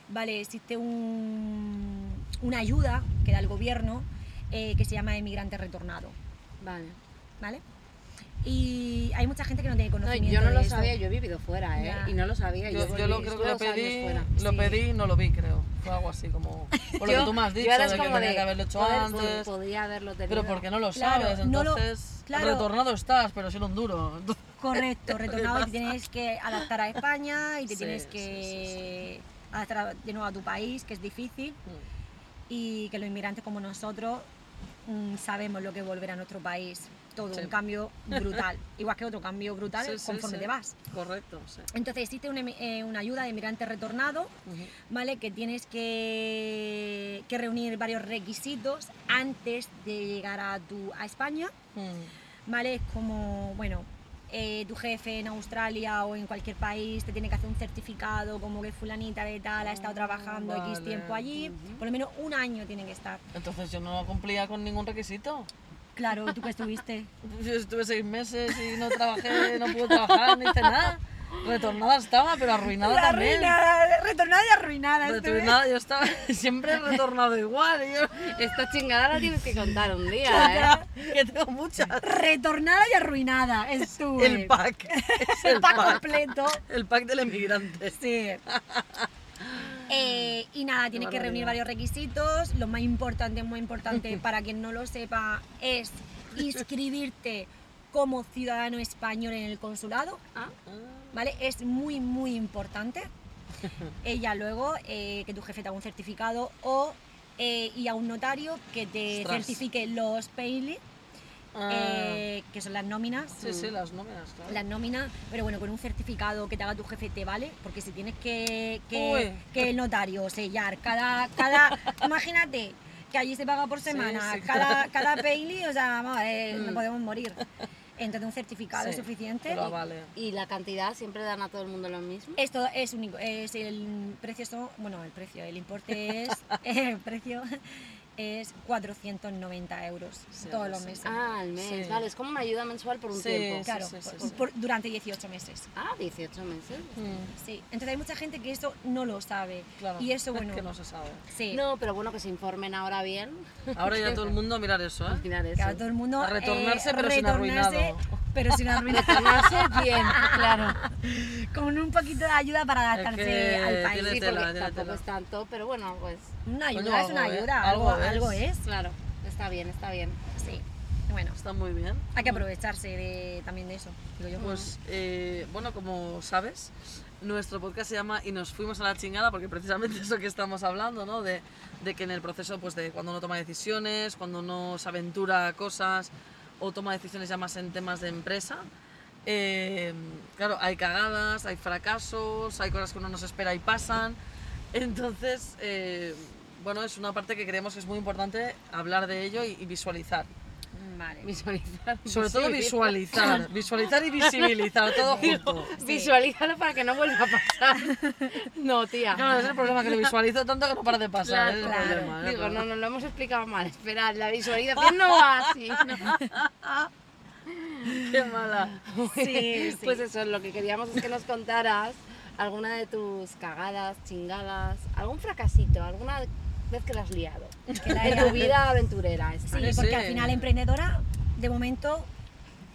C: ¿vale? Existe un- una ayuda que da el gobierno eh, que se llama emigrante retornado,
A: Vale.
C: ¿vale? Y hay mucha gente que no tiene
A: No,
C: conocimiento
A: yo no
C: de
A: lo
C: eso.
A: sabía, yo he vivido fuera, ¿eh?
C: Ya.
A: Y no lo sabía.
B: Yo, yo
A: volví,
B: lo creo que
A: estuve
B: lo
A: dos años
B: pedí,
A: fuera.
B: lo
C: Sí.
B: pedí y no lo vi, creo. Fue algo así como. Por lo
A: Yo-
B: que tú me has
A: yo
B: dicho,
A: ahora
B: de
A: es
B: que
A: como
B: tenía
A: de,
B: que haberlo hecho
A: joder, sí,
B: antes.
A: podía haberlo tenido.
B: Pero porque no lo
C: Claro,
B: sabes,
C: no lo-
B: entonces.
C: claro.
B: Retornado estás, pero sin un duro.
C: Correcto, retornado y te tienes que adaptar a España y te
B: Sí,
C: tienes
B: sí,
C: que adaptar a- de nuevo a tu país, que es difícil.
A: Mm,
C: y que los inmigrantes como nosotros mm, sabemos lo que es volver a nuestro país. Todo
B: Sí.
C: un cambio
B: *laughs*
C: brutal. Igual que otro cambio brutal
B: Sí,
C: es
B: sí,
C: conforme
B: sí.
C: te vas.
B: Correcto, sí.
C: Entonces existe una, emi- eh, una ayuda de inmigrante retornado,
B: Ujú.
C: ¿vale? Que tienes que, que reunir varios requisitos antes de llegar a, tu, a España,
B: Mm.
C: ¿vale? Es como, bueno, eh, tu jefe en Australia o en cualquier país te tiene que hacer un certificado como que fulanita de tal ha estado
B: Ah,
C: trabajando X
B: vale.
C: tiempo allí.
A: Ujú.
C: Por lo menos un año tienen que estar.
B: Entonces yo no cumplía con ningún requisito.
C: Claro, tú que estuviste.
B: Yo estuve seis meses y no trabajé, no pude trabajar, no hice nada. Retornada estaba,
A: *laughs*
B: pero arruinada
C: La
B: también.
C: arruinada, *laughs* retornada y arruinada. estuve.
B: Retornada, yo estaba *laughs* siempre retornado igual. y yo-
A: Esta chingada la tienes que
B: *laughs*
A: contar un día, ¿eh?
B: que tengo muchas.
C: *laughs* Retornada y arruinada. Estuve.
B: El
C: *laughs*
B: pack. Es
C: El pack completo.
B: El pack del emigrante.
C: Sí. *laughs* Eh, y nada, tienes que reunir varios requisitos. Lo más importante, muy importante, para quien no lo sepa, es inscribirte como ciudadano español en el consulado.
A: Ah,
C: ¿vale? Es muy, muy importante. Ella luego, eh, que tu jefe te haga un certificado o eh, y a un notario que te
B: Ostras.
C: certifique los payly,
B: Ah,
C: eh, que son las nóminas.
B: sí, sí, las nóminas, claro.
C: Las nóminas, pero bueno, con un certificado que te haga tu jefe te vale, porque si tienes que, que,
B: Uy.
C: que el notario sellar cada, cada, imagínate, que allí se paga por
B: Sí,
C: semana,
B: sí,
C: cada, cada payly, o sea, vamos, eh,
B: Mm.
C: no podemos morir. Entonces un certificado
B: Sí,
C: es suficiente.
B: Pero
C: y-
B: vale.
A: Y la cantidad siempre dan a todo el mundo lo mismo.
C: esto es único, es el precio, son- bueno, el precio, el importe
B: *laughs*
C: es, *laughs* el precio es 490 euros
B: Sí,
C: todos los
B: sí.
C: meses.
A: Ah, al mes.
B: Sí.
A: Vale, es como una ayuda mensual por un
B: Sí.
A: tiempo.
C: claro,
B: sí, sí,
C: por-
B: sí.
C: por- durante 18 meses.
A: Ah, 18 meses.
C: Sí, entonces hay mucha gente que esto no lo sabe.
B: Claro.
C: Y
B: *laughs*
C: eso,
B: es
C: bueno,
B: que no se sabe.
C: sí,
A: No, pero bueno, que se informen ahora bien. *laughs*
B: Ahora ya todo el mundo a mirar eso,
A: Al
B: ¿eh?
A: final eso.
C: claro, todo el mundo...
B: A retornarse,
C: eh,
B: pero sin
C: retornarse,
B: arruinado.
C: pero sin
B: *laughs*
C: arruinado.
A: Informarse bien, claro.
C: Con un poquito de ayuda para
B: Es
C: adaptarse
B: que
C: al país.
B: tiene
A: Sí,
B: tela,
A: porque
B: tiene
A: tampoco
B: tela.
A: es tanto, pero bueno, pues
C: Una ayuda
B: Coño,
C: es una
B: algo, ¿eh?
C: ayuda,
B: Algo
C: algo,
B: es.
C: algo es.
A: claro, está bien, está bien.
C: Sí, bueno,
B: Está muy bien.
C: hay que aprovecharse de- también de eso. digo yo.
B: Pues, eh, bueno, como sabes, nuestro podcast se llama Y nos fuimos a la chingada, porque precisamente *laughs* eso que estamos hablando, ¿no? De, de que en el proceso, pues, de cuando uno toma decisiones, cuando uno se aventura a cosas o toma decisiones ya más en temas de empresa, eh, claro, hay cagadas, hay fracasos, hay cosas que uno no se espera y pasan. Entonces, eh, bueno, es una parte que creemos que es muy importante hablar de ello y- y visualizar.
C: Vale.
A: *laughs* Visualizar.
B: Sobre todo
A: visibilizar.
B: visualizar, visualizar y visibilizar, todo junto.
A: Visualízalo para que no vuelva a pasar. *laughs* No, tía.
B: Claro, ese es el problema, que lo visualizo tanto que no para de pasar. ese es el
C: Claro,
B: problema, ¿eh? ¿no?
A: Digo, no, no, lo hemos explicado mal. Esperad, la *laughs* visualización no va así. no.
B: Qué mala.
C: Sí, sí.
A: Pues eso, lo que queríamos es que nos contaras alguna de tus cagadas, chingadas, algún fracasito, alguna vez que la has liado.
C: Que la
A: En
C: haya-
A: tu vida aventurera. esta.
C: Sí,
B: Vale,
C: porque
B: sí.
C: al final emprendedora, de momento,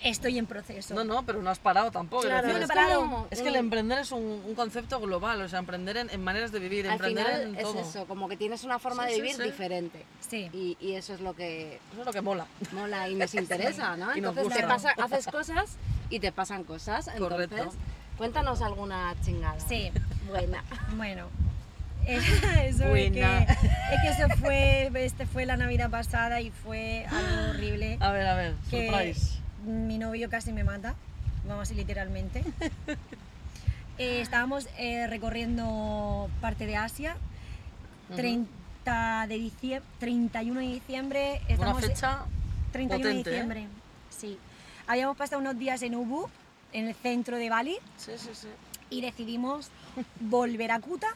C: estoy en proceso.
B: No, no, pero no has parado tampoco. quiero
A: Claro,
B: decir,
C: no he
A: es
B: es que-
C: parado.
A: como
B: Es que
A: un-
B: el emprender es un, un concepto global, o sea, emprender en, en maneras de vivir,
A: Al
B: emprender
A: final
B: en
A: es
B: todo.
A: eso, como que tienes una forma
B: Sí,
A: de
B: sí,
A: vivir
B: sí.
A: diferente.
C: Sí.
A: Y, y eso es lo que
B: Eso es lo que mola.
A: mola y
B: *laughs*
A: nos interesa, ¿no?
B: Y nos
A: Entonces te
B: gusta.
A: pasa, haces cosas y te pasan cosas. Entonces,
B: Correcto.
A: cuéntanos alguna chingada.
C: Sí,
B: *laughs*
A: Buena.
C: bueno. *laughs* Eso es que,
B: Buena.
C: es que eso fue, este fue la Navidad pasada y fue
B: *gasps*
C: algo horrible.
B: A ver, a ver,
C: que
B: Ah, surprise.
C: mi novio casi me mata, vamos a
B: *laughs*
C: decir literalmente. Eh, estábamos eh, recorriendo parte de Asia,
B: Ujú.
C: 30 de diciembre, 31 de diciembre,
B: Una
C: estamos
B: fecha
C: 31
B: potente,
C: de
B: ¿eh?
C: diciembre, sí. Habíamos pasado unos días en Ubud, en el centro de Bali,
B: Sí, sí, sí.
C: y decidimos volver a Kuta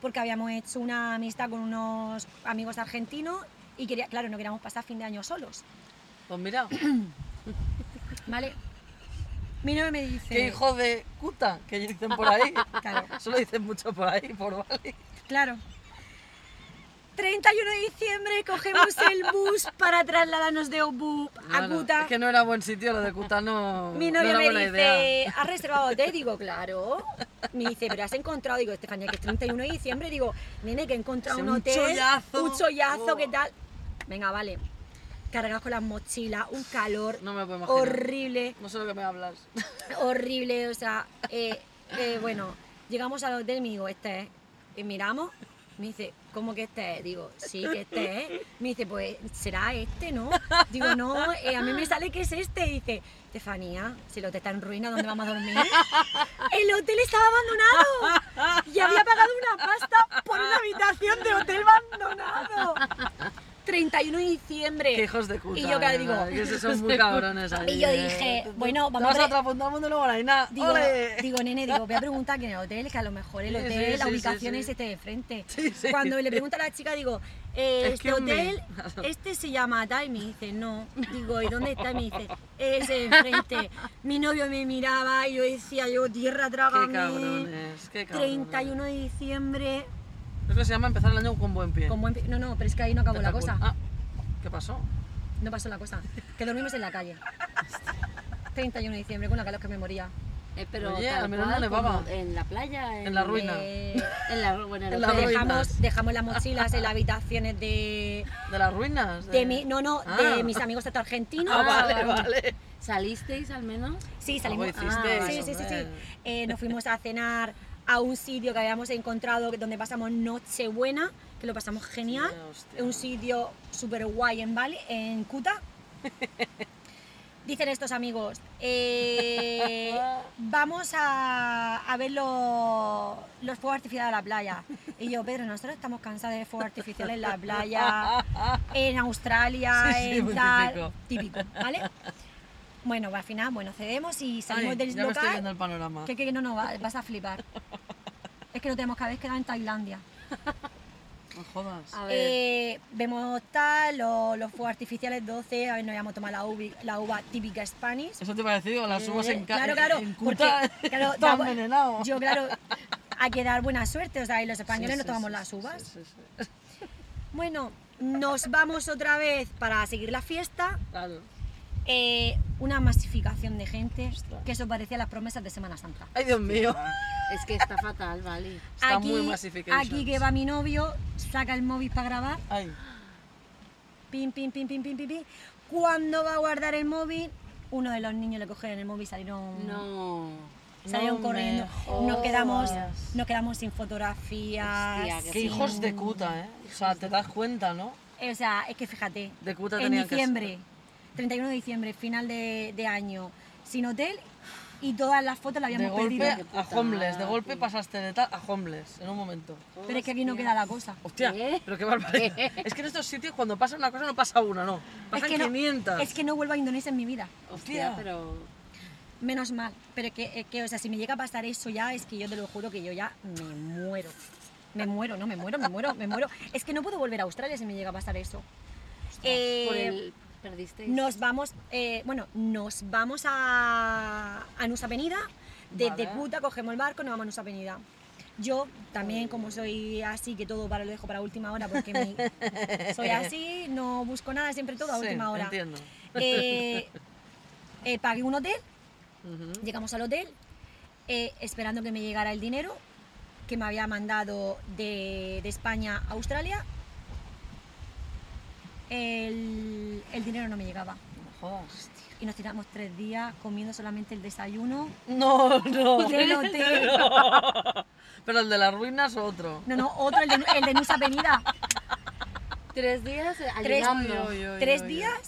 C: porque habíamos hecho una amistad con unos amigos argentinos y quería, claro, no queríamos pasar fin de año solos,
B: Pues mira,
C: ¿vale? Mi novio me dice...
B: qué hijo de cuta que dicen por ahí.
C: Claro.
B: Eso lo dicen mucho por ahí, por Bali.
C: Claro. 31 de diciembre cogemos el bus para trasladarnos de Obu a
B: Bueno,
C: Kuta.
B: es que no era buen sitio, lo de Kuta no,
C: Mi
B: no
C: novio
B: era
C: me
B: buena
C: dice,
B: idea.
C: ¿has reservado hotel? Digo, claro. Me dice, ¿pero has encontrado? Digo, Estefania, que es 31 de diciembre. Digo, nene, que he encontrado
B: Sí,
C: un
B: un
C: hotel.
B: chollazo.
C: Un chollazo, ¿qué
B: Oh.
C: tal? Venga, vale. Cargados con las mochilas, un calor
B: No me puedo imaginar.
C: horrible,
B: No sé lo que me
C: *laughs*
B: hablas.
C: horrible. O sea, eh, eh, bueno, llegamos al hotel y me digo, este es. Y miramos, me dice, ¿cómo que este es? Digo, sí, que este es. Me dice, pues será este, ¿no? Digo, no, eh, a mí me sale que es este. Y dice, Estefanía, si el hotel está en ruina, ¿dónde vamos a dormir? El hotel estaba abandonado y había pagado una pasta por una habitación de hotel abandonado. 31 de diciembre.
B: Qué hijos de Kuta.
C: Y yo, claro,
B: de
C: digo,
B: verdad, que
C: *laughs*
B: esos son muy cabrones ahí.
C: Y yo
B: ¿eh?
C: dije, bueno,
B: Te
C: vamos
B: vas
C: a
B: a
C: ver-
B: otra punta del mundo y luego la harina.
C: Digo,
B: ¡Ole!
C: digo, nene, digo, voy a preguntar quién es el hotel, que a lo mejor el
B: Sí, sí,
C: hotel,
B: sí,
C: la
B: sí,
C: ubicación
B: sí.
C: es este de frente.
B: *laughs* Sí, sí.
C: Cuando le pregunto a la chica, digo, eh, este
B: Excuse me.
C: hotel,
B: *laughs*
C: este se llama tal, y me dice, no. Digo, ¿y dónde está? Y me dice, es de frente. Mi novio me miraba y yo decía, yo, tierra,
B: Qué
C: trágame.
B: cabrones, qué cabrones.
C: 31 de diciembre.
B: Es que se llama empezar el año con buen pie.
C: Con buen pi- No, no, pero es que ahí no acabó la
B: Espectacular.
C: cosa.
B: Ah, ¿Qué pasó?
C: No pasó la cosa. Que dormimos en
B: *laughs*
C: la calle. 31 de diciembre, con la calor que me moría.
A: Eh, pero
B: Oye,
A: tal
B: al menos no
A: cual,
B: nevaba.
A: como En la playa.
B: En la ruina.
C: Eh,
A: En la, bueno, en
B: En
A: la
B: la
A: playa.
B: ruina.
C: dejamos, dejamos las mochilas en las habitaciones de,
B: ¿De las ruinas?
C: de mi, no, no,
B: Ah.
C: de mis amigos tanto argentinos.
B: Ah, vale,
A: Ah,
B: vale.
A: ¿Salisteis al menos?
C: Sí, salimos. ah,
B: Algo hicisteis,
C: sí, sí, sí, sí.
B: hombre.
C: Eh, nos fuimos a cenar a un sitio que habíamos encontrado que- donde pasamos Nochebuena, que lo pasamos genial.
B: Sí, hostia.
C: Es un sitio súper guay en Bali, en Kuta. Dicen estos amigos,
B: *laughs*
C: eh, vamos a, a ver lo- los fuegos artificiales de la playa. Y yo, Pedro, nosotros estamos cansados de fuegos artificiales en
B: *laughs*
C: la playa, en Australia,
B: Sí, sí,
C: en
B: muy
C: tal. Típico, ¿vale? Bueno, pues al final, bueno, cedemos y salimos
B: Ay,
C: del
B: ya me estoy viendo
C: local.
B: el panorama.
C: Que, que no, no, va- vas a flipar. Es que no tenemos que haber quedado en Tailandia.
B: No jodas.
A: A ver.
C: Eh, vemos tal, lo- los fuegos artificiales 12, a ver, nos íbamos a tomar la, uvi- la uva típica Spanish.
B: Eso te iba a decir, digo, las uvas en, ca-
C: Eh, claro, claro,
B: en
C: porque,
B: Cuta *laughs*
C: claro,
B: están
C: da-
B: envenenadas.
C: Yo, claro, hay que dar buena suerte, o sea, y los españoles
B: Sí,
C: no
B: sí,
C: tomamos
B: sí,
C: las
B: sí,
C: uvas.
B: sí, sí, sí.
C: Bueno, nos vamos otra vez para seguir la fiesta.
B: Claro.
C: Eh, una masificación de gente,
B: Ostras.
C: que eso parecía las promesas de Semana Santa.
B: Ay, Dios mío.
A: Es que está fatal, vale.
B: Está muy masifications.
C: Aquí que va mi novio, saca el móvil para grabar,
B: Ay,
C: pim, pim, pim, pim, pim, pim, pim. Cuando va a guardar el móvil, uno de los niños le cogieron el móvil y salieron,
A: No.
C: salieron
B: No
C: corriendo.
B: me
C: Nos quedamos,
B: jodas.
C: nos quedamos sin fotografías.
A: Hostia, que
B: qué
A: sí.
B: hijos de cuta, ¿eh? O sea, te das cuenta, ¿no?
C: Eh, O sea, es que fíjate,
B: De cuta
C: en
B: tenían que
C: diciembre, 31 de diciembre, final de, de año, sin hotel y todas las fotos las
B: De
C: habíamos
B: golpe
C: perdido.
B: a homeless, de golpe pasaste de tal a homeless en un momento.
C: Pero es que aquí no queda la cosa.
B: Hostia,
A: ¿Qué?
B: pero qué barbaridad. Es que en estos sitios cuando pasa una cosa no pasa una, no.
C: Es
B: Pasan
C: que, no,
B: 500.
C: es que no vuelvo a Indonesia en mi vida.
A: Hostia,
B: Hostia.
A: pero.
C: Menos mal, pero es que, es que, o sea, si me llega a pasar eso ya, es que yo te lo juro que yo ya me muero. Me muero, no, me muero, me muero, me muero. Es que no puedo volver a Australia si me llega a pasar eso. Eh,
A: Por el. Perdisteis.
C: Nos vamos, eh, bueno, nos vamos a, a Nusa Penida, desde
B: Vale.
C: Puta cogemos el barco, nos vamos a Nusa Penida. Yo también, como soy así, que todo para lo dejo para última hora,
B: *laughs*
C: porque mi- soy así, no busco nada, siempre todo a
B: Sí,
C: última hora.
B: Entiendo.
C: Eh, eh, pagué un hotel,
B: Ujú.
C: Llegamos al hotel eh, esperando que me llegara el dinero que me había mandado de, de España a Australia. El, el dinero no me llegaba.
B: No jodas.
C: Y nos tiramos tres días comiendo solamente el desayuno
B: No, no.
C: del
B: *laughs*
C: hotel.
B: Pero el de las ruinas o otro.
C: No, no, otro, el de, el de Nusa Penida.
A: Tres días eh,
C: Tres,
A: ayunando.
B: Uy, uy, uy,
C: tres
B: uy, uy.
C: días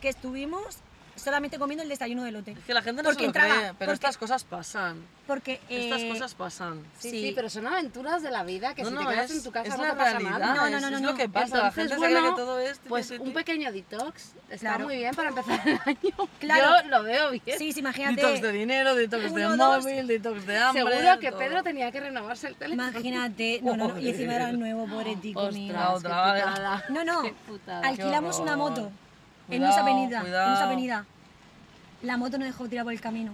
C: que estuvimos solamente comiendo el desayuno del hotel.
B: Es que la gente no
C: Porque
B: se lo
C: entraba,
B: cree, pero
C: porque-
B: estas cosas pasan.
C: Porque
B: Estas
C: eh,
B: cosas pasan.
A: Sí,
C: Sí.
A: sí, pero son aventuras de la vida que
B: no,
A: si
B: no,
A: te quedas
B: es,
A: en tu casa
B: es
A: no
B: la
A: te pasa
B: realidad.
A: nada.
C: No, no,
B: es-
C: no,
B: es
C: no,
B: lo
C: no.
B: que pasa. la gente
A: Entonces,
B: se cree
A: bueno,
B: que todo es...
A: Pues
B: ti, ti, ti.
A: un pequeño detox está
C: Claro.
A: muy bien para empezar el año.
B: *laughs*
C: Claro.
A: Yo lo veo bien.
C: Sí, sí,
B: Detox de
C: imagínate.
B: dinero, detox de
C: Uno, dos.
B: móvil, detox de hambre...
A: Seguro que
B: todo.
A: Pedro tenía que renovarse el teléfono.
C: Imagínate. No, no, no, y encima era
B: Joder.
C: nuevo, pobre tico mío.
B: La
A: Ostras, qué
B: otra, vale.
A: putada.
B: *laughs*
C: No, no.
A: Qué putada.
C: Alquilamos
B: horror.
C: una moto en
B: Cuidado,
C: Nusa Penida. En Nusa
B: cuidado.
C: Penida. La moto nos dejó tirar por el camino.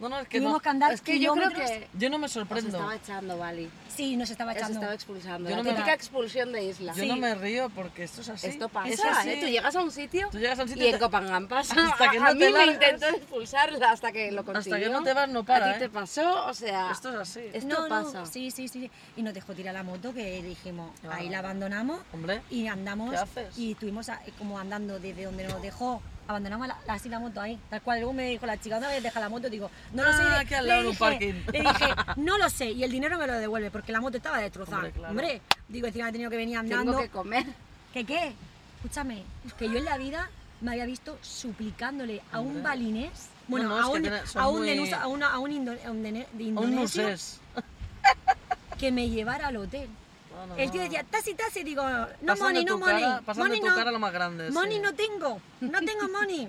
B: No, no, Oh, es que
C: Tuvimos
B: no.
C: que andar
A: Es que yo creo
C: kilómetros.
A: que
B: Yo no me
A: os
B: sorprendo.
A: estaba echando, Vali.
C: Sí, nos estaba
A: Os
C: echando.
A: estaba expulsando.
B: Yo
A: la
B: no me-
A: típica expulsión de isla.
B: Yo
C: Sí.
B: no me río porque esto es así.
A: Esto
B: Es
A: pasa,
B: así.
A: ¿eh? Tú llegas a un sitio,
B: Tú llegas a un sitio
A: y
B: y
A: en
B: te-
A: Copangán pasa.
B: *laughs* hasta
A: A-
B: que
A: a,
B: no te
A: mí me
B: largas.
A: intentó expulsarla hasta que lo
B: Hasta que
A: consiguió.
B: no te vas, no para,
A: A ti
B: ¿eh?
A: te pasó, o sea...
B: Esto es así.
A: Es-
C: No,
A: esto
C: no,
A: pasa.
C: Sí, sí, sí. sí. Y nos dejó tirar la moto que dijimos,
B: Qué
C: ahí la
B: barbaridad.
C: abandonamos
B: Hombre,
C: y andamos.
B: ¿Qué haces?
C: Y estuvimos a- como andando desde donde nos dejó. Abandonamos la, así la moto ahí. Tal cual, luego me dijo la chica, ¿dónde habéis dejado la moto? Digo, no lo sé.
B: Ah,
C: Le-
B: aquí al
C: le
B: lado de un
C: dije-
B: parking.
C: Le dije, no lo sé. Y el dinero me lo devuelve porque la moto estaba destrozada.
B: Hombre,
C: Hombre,
B: claro.
C: digo, encima he tenido que venir andando.
A: Tengo que comer.
C: ¿Que qué? Escúchame, que yo en la vida me había visto suplicándole a un
B: Hombre.
C: balinés, bueno,
B: no, es
C: a,
B: que
C: un,
B: tiene- son
C: a un
B: muy-
C: denusa- a una- a un indo- a un dene- de
B: a un
C: indonesio
B: musés.
C: que me llevara al hotel.
B: No, no,
C: El tío
B: no.
C: decía, tasi, tasi, digo, no
B: Pasando
C: money, no
B: tu cara-
C: money,
B: pasando
C: money
B: tu cara lo
C: no,
B: más grande.
C: money
B: sí.
C: no tengo, no tengo money.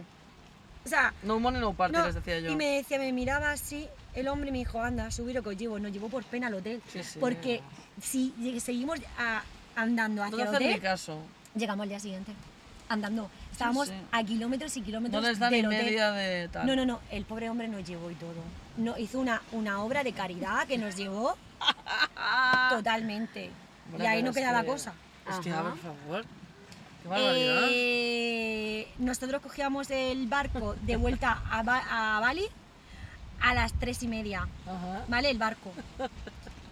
C: O sea,
B: No money no party,
C: no.
B: les decía yo.
C: y me decía, me miraba así, el hombre y me dijo, anda, subir lo que os llevo, nos llevó por pena al hotel,
B: Sí, sí.
C: porque si lleg- seguimos a- andando
B: No
C: hacia
B: te
C: el
B: hacen
C: hotel,
B: ni caso.
C: Llegamos al día siguiente, andando. Estábamos
B: sí.
C: a kilómetros y kilómetros
B: No les dan ni
C: del hotel.
B: media de tal.
C: No, no, no. El pobre hombre nos llevó y todo. No, hizo una, una obra de caridad que nos
B: *laughs*
C: llevó totalmente.
B: Hombre,
C: y ahí
B: pero
C: no
B: es
C: queda la
B: que-
C: cosa.
B: Hostia,
A: Ajá.
B: por favor. Qué barbaridad.
C: Eh, nosotros cogíamos el barco de vuelta a, Ba- a Bali a las tres y media.
B: Ajá.
C: ¿Vale? El barco.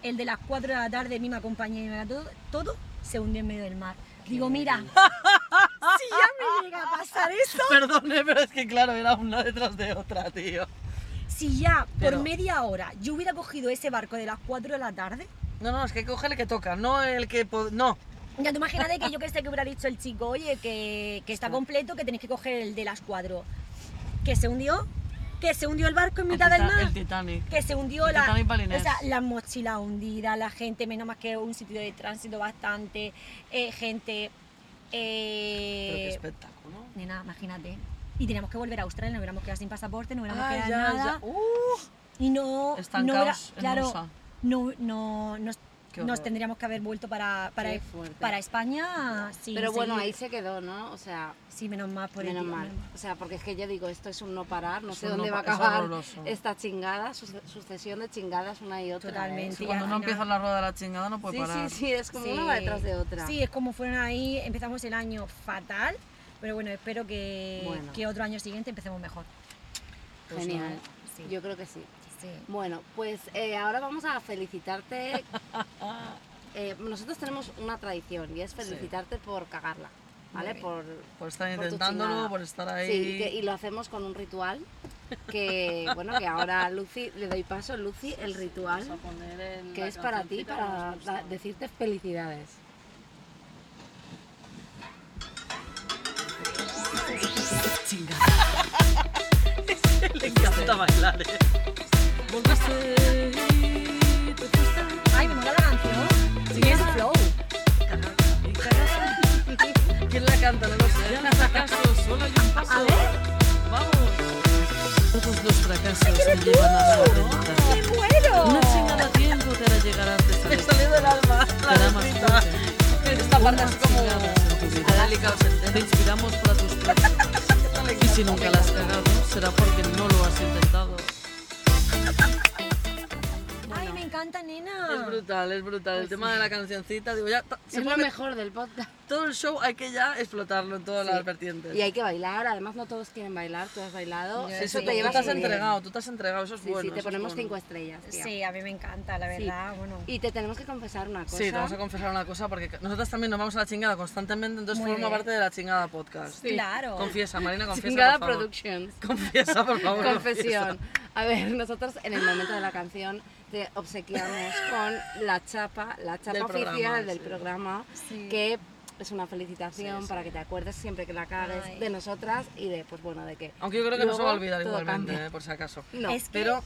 C: El de las 4 de la tarde, mi compañía y me la- todo, todo se hundió en medio del mar. Digo, mira, si *laughs* ya me llega a pasar eso,
B: *laughs* Perdone, pero es que claro, era una detrás de otra, tío.
C: si ya
B: Pero-
C: por media hora yo hubiera cogido ese barco de las 4 de la tarde,
B: No, no, es que coge el que toca, no el que... po- No.
C: ya te imagínate que yo que sé que hubiera dicho el chico, oye, que, que está completo, que tenéis que coger el de las 4. Que se hundió, que se hundió el barco en mitad
B: el,
C: del
B: Tita-
C: mar. Eh,
B: el Titanic.
C: que se hundió
B: El
C: la,
B: Titanic balinés.
C: o sea, la mochila hundida, la gente, menos más que un sitio de tránsito bastante, eh, gente...
B: Pero qué
C: Eh,
B: espectáculo.
C: nena, imagínate. Y teníamos que volver a Australia, nos hubiéramos quedado sin pasaporte, no hubiéramos
B: Ay,
C: quedado
B: Ah, ya,
C: nada.
B: ya. Uh,
C: Y no... no hubiera-
B: estancados en
C: claro,
B: USA.
C: no, no, nos,
B: Qué
C: nos
B: horror.
C: tendríamos que haber vuelto para, para, E-
A: Qué fuerte.
C: para España. sin
A: Pero bueno,
C: seguir-
A: ahí se quedó, ¿no? O sea,
C: Sí, menos mal por el
A: menos
C: tío,
A: mal.
C: menos
A: O sea, porque es que yo digo, esto es un no parar, no
B: Es
A: sé
B: un
A: dónde
B: no
A: va a
B: pa- es
A: acabar
B: horroroso.
A: esta chingada, suce- sucesión de chingadas una y otra. ¿eh?
C: Totalmente.
B: Sí,
C: Y
B: cuando
C: al
B: no
C: final-
B: empieza la rueda de la chingada no puede
A: Sí,
B: parar.
A: sí, sí, es como una va
C: Sí.
A: detrás de otra.
C: Sí, es como fueron ahí, empezamos el año fatal, pero bueno, espero que,
A: Bueno.
C: que otro año siguiente empecemos mejor.
B: Pues
A: Genial.
C: Sí.
A: Yo creo que sí.
C: Sí.
A: Bueno, pues eh, ahora vamos a
B: *laughs*
A: felicitarte. Eh, nosotros tenemos una tradición y es felicitarte por cagarla, ¿vale?
C: bien.
A: Por,
B: Por estar
A: por tu
B: intentándolo,
A: chingada.
B: por estar
A: sí,
B: ahí.
A: y, que- y lo hacemos con un ritual
B: *laughs*
A: que, bueno, que ahora a Lucy, le doy paso, Lucy, el ritual que es para ti, para da- decirte felicidades.
B: Le encantaba. bailar. ¿eh? Voltaste y te fuiste.
C: Ay, me mola la canción.
B: Sí,
C: Tiene
B: es-
C: su flow.
B: ¿Quién la canta? No lo sé. Ya fracasos, solo hay un paso.
C: A ver.
B: Vamos. Todos los fracasos me llevan a la derrota.
C: ¡Qué bueno!
B: Una chingada tiempo te hará llegar antes a
D: Me
B: la
D: salió del alma.
B: Te hará más fuerte.
D: Esta parte
B: Unas
D: es como.
B: chingadas en tu vida.
D: Adálica o
B: Te
D: sentencia.
B: inspiramos para tus fracasos. Y si nunca la has cagado, será porque no lo has intentado.
C: Ay, me encanta, nena.
B: Es brutal, es brutal. El tema de la cancioncita, digo, ya ta- se
A: Es lo
B: puede-
A: mejor del podcast.
B: todo el show hay que ya explotarlo en todas las vertientes.
A: Y hay que bailar, además no todos quieren bailar, tú has bailado.
B: Sí,
A: Eso
B: sí,
A: te
B: tú
A: llevas
B: te has
A: muy bien.
B: entregado, tú te has entregado, eso es
A: Sí,
B: bueno.
A: sí, te
B: eso es
A: ponemos
B: bueno.
A: cinco estrellas, tía.
C: Sí, a mí me encanta, la
A: Sí.
C: verdad. Bueno.
A: Y te tenemos que confesar una cosa.
B: Sí, te vamos a confesar una cosa, porque nosotras también nos vamos a la chingada constantemente, entonces forma parte de la chingada podcast.
C: Claro.
B: Confiesa, Marina, confiesa,
A: Chingada
B: por favor.
A: Productions.
B: Confiesa, por favor.
A: *laughs* Confesión. A ver, nosotros en el momento de la canción te obsequiamos con la chapa, la chapa
B: Del
A: oficial
B: programa,
A: del
B: sí.
A: programa,
C: Sí.
A: que es una felicitación para que te acuerdes siempre que la cagues
C: Ay.
A: de nosotras y de, pues bueno, de que.
B: Aunque yo creo que no se va a
A: luego
B: olvidar
A: todo
B: igualmente,
A: cambia.
B: eh, por si acaso.
A: No.
C: Es que-
B: Pero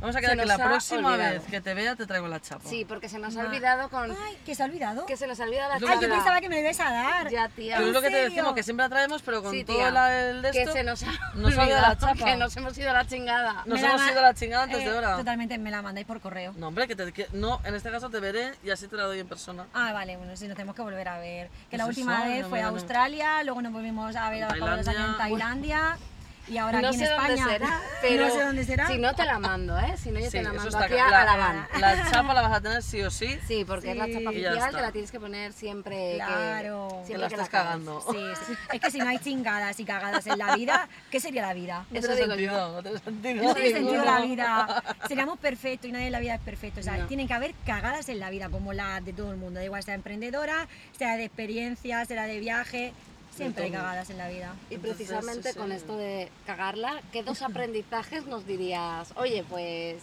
B: vamos a
A: Se
B: quedar que
A: nos
B: la
A: ha
B: próxima
A: olvidado.
B: vez que te vea te traigo la chapa.
A: Sí, porque se
B: Ah.
A: nos ha
C: Ma-
A: olvidado con.
C: Ay, que se ha olvidado.
A: Que se nos ha olvidado la
C: Ay, yo
A: chapa.
C: pensaba que me lo ibas a dar.
A: Ya, tía.
B: Pero es lo que te
C: serio?
B: decimos, que siempre la traemos, pero con
A: Sí,
B: todo
A: tía,
B: la- el de
A: que
B: esto,
A: se nos ha
B: nos ha ido
A: olvidado
B: la chapa.
A: que nos hemos ido a la chingada.
B: *laughs* nos
C: Me la
B: hemos
C: ma-
B: ido a la chingada antes
C: eh,
B: de hora.
C: Totalmente, me la mandáis por correo.
B: No, hombre, que, te, que- no, en este caso te veré y así te la doy en persona.
C: Ah, vale, bueno, sí, nos tenemos que volver a ver. Que la
B: Pues
C: última
B: eso,
C: vez
B: no
C: fue a
B: me- no.
C: Australia, luego nos volvimos a ver
B: En
C: a los fabulosos años en
B: Tailandia.
C: Tailandia y ahora
A: no
C: aquí
A: sé
C: en España.
A: dónde
B: *laughs*
A: será, pero
C: *laughs* no sé dónde será.
A: si no te la mando, ¿eh? Si no yo
B: Sí,
A: te la
B: eso
A: mando
B: está
A: aquí
B: claro.
A: a
B: La-
A: la van.
C: *laughs*
B: La chapa la vas a tener sí o sí.
A: Sí, porque es la
C: Sí.
A: chapa
B: Y ya
A: oficial,
B: está.
A: te la tienes que poner siempre
C: Claro.
A: que, siempre
B: Que la
A: que
B: estás
A: cagas.
B: cagando.
C: Sí, sí. Es que si no hay chingadas y cagadas en la vida, ¿qué sería la vida?
B: No
A: Eso
B: tiene
A: digo
B: sentido, no tiene sentido.
C: No tiene
B: ninguno.
C: sentido la vida. Seríamos perfectos y nadie en la vida es perfecto. O sea,
A: No.
C: tienen que haber cagadas en la vida, como la de todo el mundo. Da igual sea emprendedora, sea de experiencia, sea de viaje. Siempre hay
B: todo.
C: cagadas en la vida.
A: Y
B: Entonces,
A: precisamente
B: sí,
A: con
B: sí.
A: esto de cagarla, ¿qué
B: *laughs*
A: dos aprendizajes nos dirías? Oye, pues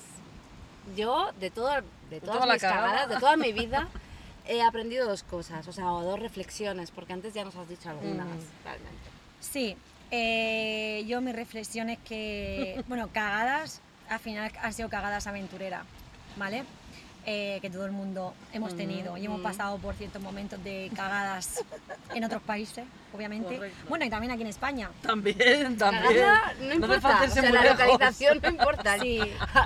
A: yo de, todo, de todas
B: toda la
A: mis
B: cagada.
A: cagadas, de toda mi
B: *laughs*
A: vida, he aprendido dos cosas, o sea, o dos reflexiones, porque antes ya nos has dicho algunas,
B: Mm.
A: realmente.
C: Sí, eh, yo mis reflexiones que, bueno, cagadas, al final han sido cagadas aventureras, ¿vale? Eh, que todo el mundo hemos tenido y hemos
A: mm.
C: pasado por ciertos momentos de cagadas en otros países, obviamente.
B: Correcto.
C: Bueno, y también aquí en España.
B: También, también.
A: Cagarla no
B: hace
A: importa,
B: falta
A: o
B: irse
A: sea,
B: muy
A: la
B: lejos.
A: localización no
B: *laughs*
A: importa,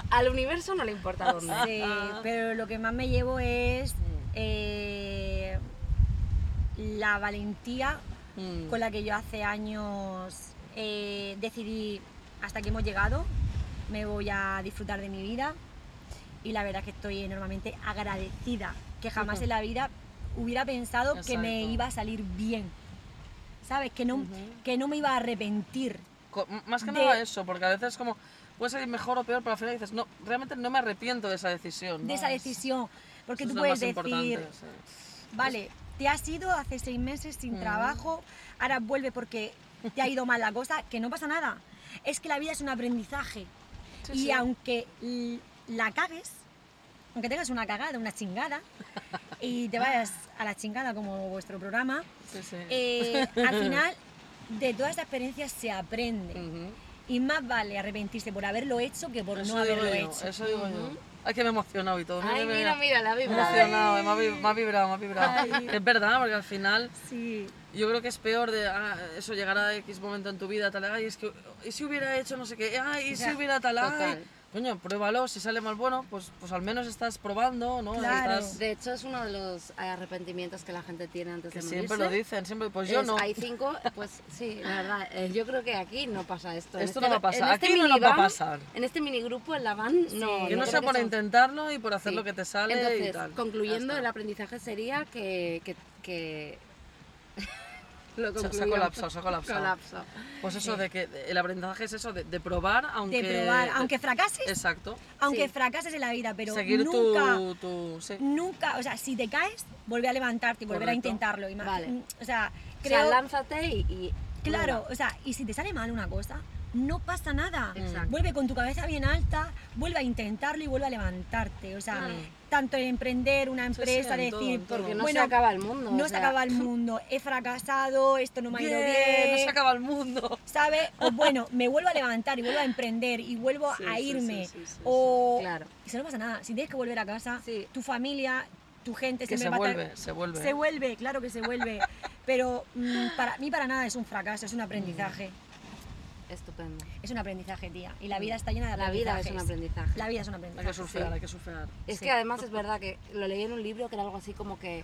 A: al universo no le importa dónde.
C: Sí, pero lo que más me llevo es eh, la valentía
B: Mm.
C: con la que yo hace años eh, decidí hasta que hemos llegado, me voy a disfrutar de mi vida y la verdad es que estoy enormemente agradecida, que jamás en la vida hubiera pensado que me
B: Exacto.
C: iba a salir bien, ¿sabes? Que no, que no me iba a arrepentir.
B: Co- m- Más que
C: De-
B: nada eso, porque a veces es como, puede salir mejor o peor, pero al final dices, no, realmente no me arrepiento de esa decisión.
C: de esa decisión. Porque
B: Eso es
C: tú
B: lo
C: puedes
B: más importante,
C: decir,
B: sí.
C: vale, te has ido hace seis meses sin trabajo, ahora vuelve porque te ha ido mal la cosa, que no pasa nada. Es que la vida es un aprendizaje.
B: Sí,
C: y
B: sí.
C: aunque l- la cagues, aunque tengas una cagada, una chingada, y te vayas a la chingada como vuestro programa,
B: Sí, sí. *laughs*
C: eh, al final de toda esta experiencia se aprende.
B: Ujú.
C: Y más vale arrepentirse por haberlo hecho que por
B: Eso
C: no
B: digo
C: haberlo
B: yo,
C: hecho.
B: Eso digo yo. Ay, que me he emocionado y todo.
A: Ay, mira, mira, la
B: Me he
A: vibra.
B: emocionado, me ha vi- me ha vibrado, me ha vibrado. Es verdad, porque al final
C: Sí.
B: yo creo que es peor de ah, eso llegar a X momento en tu vida, tal, ay, es que, y si hubiera hecho no sé qué, ay, y si hubiera tal, ay.
A: total.
B: Coño, pruébalo, si sale mal bueno, pues, pues al menos estás probando, ¿no?
C: Claro.
B: Estás-
A: De hecho, es uno de los arrepentimientos que la gente tiene antes
B: que
A: de
B: siempre
A: morirse.
B: lo dicen, siempre, pues yo
A: Es,
B: no.
A: Hay cinco, pues sí, la verdad. eh, yo creo que aquí no pasa esto. En
B: Esto no va a pasar,
A: en este
B: aquí no nos va a
A: minivan,
B: pasar.
A: En este minigrupo, en la van, no.
B: que no
A: creo
B: sea
A: que
B: por
A: sea-
B: intentarlo y por hacer
A: sí.
B: lo que te sale
A: Entonces,
B: y tal.
A: concluyendo,
B: Ya
A: el
B: está.
A: aprendizaje sería que... que, que- *laughs* lo
B: Se- se ha
A: concluyo.
B: colapsado, se ha colapsado.
A: Colapso.
B: Pues eso, de que de- el aprendizaje es eso, de, de probar, aunque.
C: De probar, aunque fracases,
B: Exacto.
C: aunque
A: sí.
C: fracases en la vida, pero
B: Seguir
C: nunca,
B: tu, tu. Sí.
C: nunca, o sea, si te caes, volver a levantarte y volver a
B: Correcto.
C: intentarlo. Y más- Mm,
A: Vale. O
C: O sea,
A: sea,
C: creo...
A: lánzate y... y-
C: Claro, o sea, y si te sale mal una cosa, no pasa nada.
A: Exacto.
C: Vuelve con tu cabeza bien alta, vuelve a intentarlo y vuelve a levantarte. O sea,
A: Claro.
C: tanto en emprender una
B: sí,
C: empresa,
B: en
C: de
B: todo,
C: decir,
B: en todo.
A: Porque no
C: bueno,
A: se acaba el mundo.
C: no
A: o
C: se
A: sea,
C: acaba el mundo, he fracasado, esto no me ha ido
B: Bien,
C: bien,
B: no se acaba el mundo.
C: ¿sabe? O bueno, me vuelvo a levantar y vuelvo a emprender y vuelvo
B: Sí, sí,
C: a
B: sí,
C: irme.
B: sí, sí, sí.
C: o
A: Claro.
C: eso no pasa nada, si tienes que volver a casa,
A: Sí.
C: tu familia, tu gente
B: Que
C: siempre
B: se
C: va a estar-
B: vuelve, se vuelve.
C: Se vuelve, claro que se vuelve, pero mm, para mí para nada es un fracaso, es un aprendizaje.
A: Estupendo.
C: Es un aprendizaje, tía, y la vida está llena de
A: La vida es
C: aprendizajes.
A: un aprendizaje.
C: La vida es un
B: Hay que
C: aprendizaje.
B: surfear, hay que surfear.
A: Es
C: Sí.
A: que además es verdad que lo leí en un libro que era algo así como que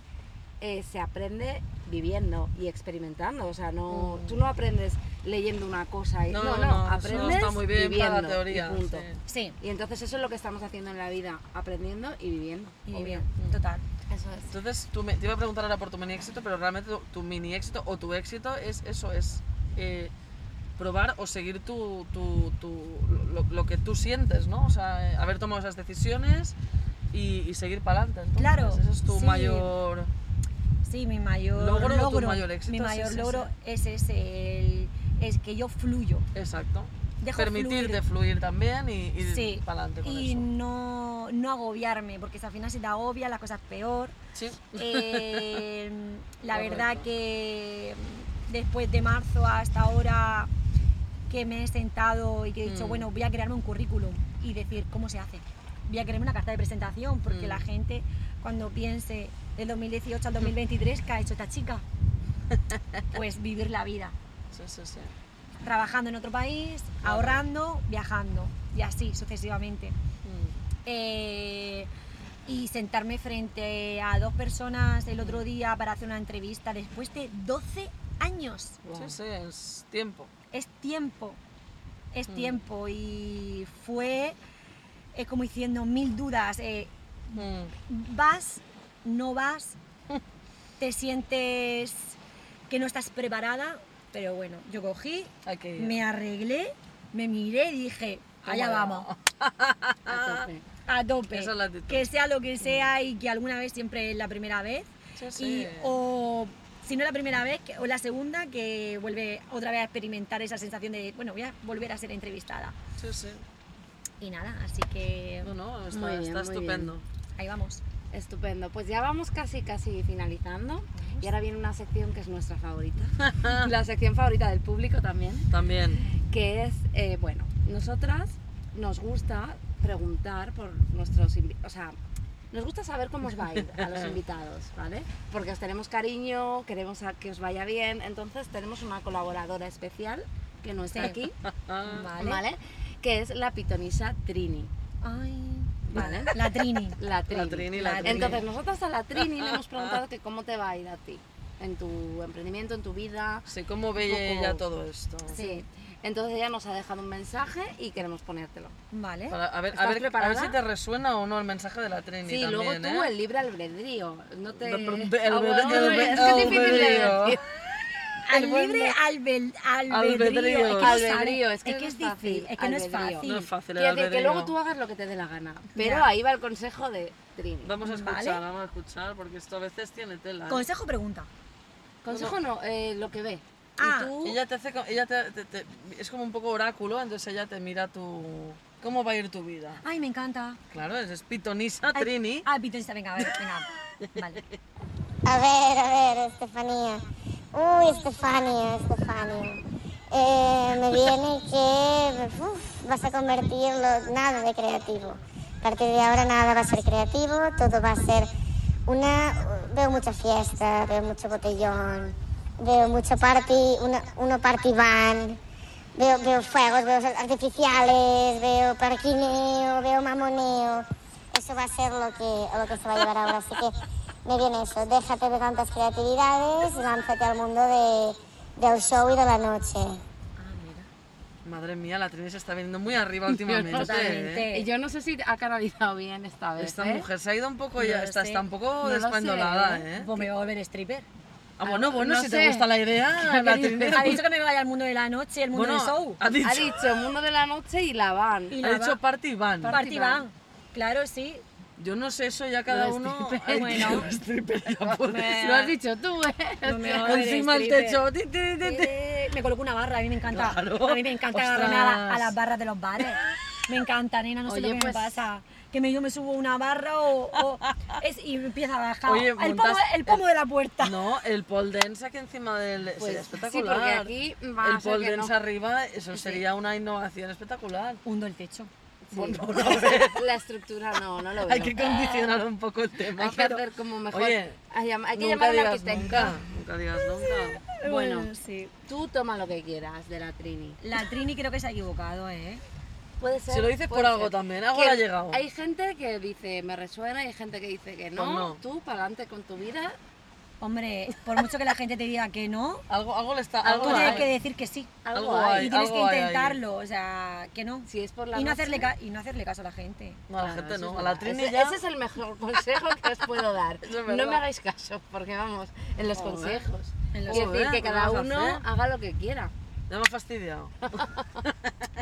A: eh, se aprende viviendo y experimentando. O sea, no,
C: Mm.
A: tú no aprendes leyendo una cosa. Y,
B: No,
A: no, no,
B: no, no, eso
A: aprendes
B: está muy bien para
A: viviendo
B: la
A: y
B: teoría,
A: punto.
B: sí.
C: Sí,
A: Y entonces eso es lo que estamos haciendo en la vida, aprendiendo y viviendo.
C: y
A: obvio.
C: bien, total.
A: Eso es.
B: Entonces, tú me- te iba a preguntar ahora por tu mini éxito, pero realmente tu, tu mini éxito o tu éxito es eso, es eh, probar o seguir tu, tu- tu- lo, lo que tú sientes, ¿no? O sea, eh, haber tomado esas decisiones y, y seguir para adelante. entonces.
C: Claro,
B: Ese es tu
C: sí.
B: mayor...
C: Sí, mi mayor
B: Logro,
C: logro,
B: tu mayor éxito,
C: mi
B: sí,
C: mayor
B: sí,
C: logro es ese, el, es que yo fluyo.
B: Exacto.
C: Dejo
B: Permitirte
C: fluir.
B: fluir también y ir
C: Sí,
B: para adelante con
C: y
B: eso.
C: no, no agobiarme, porque si al final se te agobia, la cosa es peor.
B: Sí. *laughs*
C: Eh, la verdad
B: Correcto.
C: que mm, después de marzo hasta ahora que me he sentado y que he dicho,
B: Mm.
C: bueno, voy a crearme un currículum y decir cómo se hace. Voy a crearme una carta de presentación, porque
B: Mm.
C: la gente cuando piense del 2018 al 2023, ¿qué ha hecho
B: *laughs*
C: esta chica? Pues vivir la vida.
B: sí, sí, sí.
C: Trabajando en otro país,
B: Claro.
C: ahorrando, viajando y así sucesivamente
B: Mm,
C: eh, y sentarme frente a dos personas el otro día para hacer una entrevista después de 12 años.
A: Wow.
B: Sí, sí, es tiempo.
C: Es tiempo, es
B: Mm.
C: tiempo y fue eh, como diciendo mil dudas. eh,
B: Mm.
C: ¿Vas? ¿No
B: *laughs*
C: vas? ¿Te sientes que no estás preparada? Pero bueno, yo cogí,
B: Hay que ir.
C: me arreglé, me miré y dije, allá
B: Tómala.
C: vamos,
A: a tope.
C: a tope.
B: *laughs* Esa es la actitud.
C: que sea lo que sea y que alguna vez siempre es la primera vez
B: Sí,
C: y
B: sí.
C: o si no la primera vez que- o la segunda que vuelve otra vez a experimentar esa sensación de bueno voy a volver a ser entrevistada
B: Sí, sí.
C: y nada así que
B: No, no, está,
A: Muy bien,
B: está
A: muy
B: estupendo.
C: ahí vamos
A: Estupendo. Pues ya vamos casi, casi finalizando. Y ahora viene una sección que es nuestra
B: *laughs*
A: favorita. la sección favorita del público también.
B: También.
A: que es, eh, bueno, nosotras nos gusta preguntar por nuestros invitados, o sea, nos gusta saber cómo os va a ir a *laughs* los invitados, ¿vale? Porque os tenemos cariño, queremos a- que os vaya bien, entonces tenemos una colaboradora especial que no está
C: Sí.
A: aquí,
B: Ah,
A: ¿vale?
C: vale,
A: Que es la pitonisa Trini,
C: Ay,
A: ¿vale?
C: la trini
A: La Trini.
B: *laughs* La Trini, la
C: La-
B: Trini.
A: Entonces, nosotras a
B: *laughs*
A: la Trini le hemos preguntado que cómo te va a ir a ti, en tu emprendimiento, en tu vida,
B: Sí, ¿cómo ve
A: un poco-
B: ella todo esto?
A: sí. Entonces ella nos ha dejado un mensaje y queremos ponértelo.
C: vale
B: Para- a, ver, a,
A: ¿Estás
B: ver, a ver
A: preparada?
B: si te resuena o no el mensaje de la Trini
A: Sí,
B: también,
A: luego tú
B: ¿eh?
A: el libre albedrío. No te.
B: El- el-
A: *laughs* Ah, bueno,
B: el-
A: es que es difícil de
B: albedrío.
A: decir.
C: al libre albel, albedrío,
B: Albedrío.
C: Es que no sabe-
A: Albedrío, es que no es
C: es difícil
A: fácil,
C: es que no es
A: albedrío.
C: fácil
B: No es fácil el
A: Quiero decir que
B: albedrío.
A: luego tú hagas lo que te dé la gana. Pero
C: Ya.
A: ahí va el consejo de Trini.
B: Vamos a escuchar,
C: Vale.
B: vamos a escuchar, porque esto a veces tiene tela. ¿eh?
C: consejo pregunta
A: Consejo no, eh, lo que ve.
C: Ah,
A: y tú,
B: Ella te hace, co- ella te- te- te- es como un poco oráculo, entonces ella te mira tu... ¿Cómo va a ir tu vida?
C: ay me encanta
B: Claro, es, es pitonisa, Trini.
C: ah pitonisa venga a ver,
A: *laughs*
C: venga vale
D: A ver, a ver, Estefanía. Uy, Estefanía, Estefanía. Eh, me viene que uf, vas a convertirlo nada de creativo. A partir de ahora nada va a ser creativo, todo va a ser una... Veo mucha fiesta, veo mucho botellón, veo mucho party, una, uno party van, veo, veo fuegos, veo artificiales, veo parquineo, veo mamoneo. Eso va a ser lo que, lo que se va a llevar ahora. Así que me viene eso. Déjate de tantas creatividades y lánzate al mundo de, del show y de la noche.
B: Madre mía, la Trini se está viniendo muy arriba últimamente.
C: Totalmente.
B: ¿eh?
A: y yo no sé si ha canalizado bien esta vez.
B: Esta
A: ¿eh?
B: mujer se ha ido un poco
C: No
B: ya,
C: lo
B: está,
C: sé.
B: está un poco
A: No lo sé,
B: despandolada, ¿eh?
C: pues me voy a
B: *laughs*
C: volver stripper
B: Ah, bueno, bueno,
A: no
B: si
A: sé.
B: te gusta la idea,
A: ha
B: la
A: querido
B: Trini- pues,
C: Ha dicho que me vaya al mundo de la noche, el mundo
B: Bueno,
C: del show.
B: ha dicho,
A: Ha dicho mundo de la noche y la van.
C: Y
B: ha
C: la
B: dicho
C: va-
B: party van.
C: Party
A: van.
C: van. Claro, sí.
B: Yo no sé eso, ya cada
A: Lo de
B: uno...
A: stripper.
B: Ay, *laughs*
C: Bueno.
B: lo de stripper ya puede ser.
A: Lo has dicho tú, ¿eh?
C: No me va a ver
B: Encima el
C: stripper.
B: techo. ti, ti, ti, ti.
C: Eh, me coloco una barra, a mí me encanta.
B: Claro.
C: A mí me encanta agarrarme a, la- a
B: Ostras.
C: las barras de los bares. Me encanta, nena, no sé
A: Oye,
C: lo que
A: pues-
C: me pasa. Que me, yo me subo una barra o,
B: *laughs*
C: o- es, y empieza a bajar.
B: Oye,
C: el, pomo,
B: montas-
C: el pomo de la puerta.
B: No, el pole dance aquí encima del...
A: Pues,
B: sería
A: sí,
B: espectacular.
A: porque aquí va a
B: el
A: ser
B: pole
A: que
B: dance
A: no.
B: arriba, eso sería una innovación espectacular.
C: Hundo el techo.
A: Sí. *laughs* la estructura no, no lo veo.
B: Hay que condicionar un poco el tema.
A: eh, Hay que
B: pero-
A: hacer como mejor.
B: Oye,
A: hay, llam- hay que llamar
B: nunca
A: a un
B: digas
A: arquitecto.
B: Nunca, nunca digas nunca.
A: Bueno,
C: sí.
A: tú toma lo que quieras de la Trini.
C: La Trini creo que se ha equivocado, ¿eh?
A: Puede ser.
B: Si lo dices
A: puede
B: por algo
A: ser.
B: también, algo
A: Que
B: le ha llegado.
A: Hay gente que dice me resuena y hay gente que dice que no.
B: Pues no.
A: Tú, para adelante con tu vida.
C: Hombre, por mucho que la gente te diga que no,
B: Algo, algo le está...
C: tú
B: Algo
A: Algo hay.
C: tienes
B: hay.
C: que decir que sí.
A: Algo,
B: Algo
A: hay.
B: hay.
C: y tienes que
B: algo ahí.
C: intentarlo, o sea, que no.
A: Si es por la
C: y, no
A: noche.
C: hacerle ca- y no hacerle caso a la gente.
B: No, a la
A: Claro,
B: gente
A: eso
B: no.
A: es
B: A la
A: verdad.
B: Trini
A: ese,
B: ya...
A: ese es el mejor *laughs* consejo que os puedo dar.
B: Eso es
A: no
B: verdad.
A: me hagáis caso, porque vamos, en los
B: Joder.
A: consejos.
C: En los-
A: Es decir,
B: Joder,
A: que
B: ¿qué
A: cada
B: vas a
A: uno
B: hacer?
A: haga lo que quiera.
B: Ya me
A: *laughs*
B: ha fastidiado.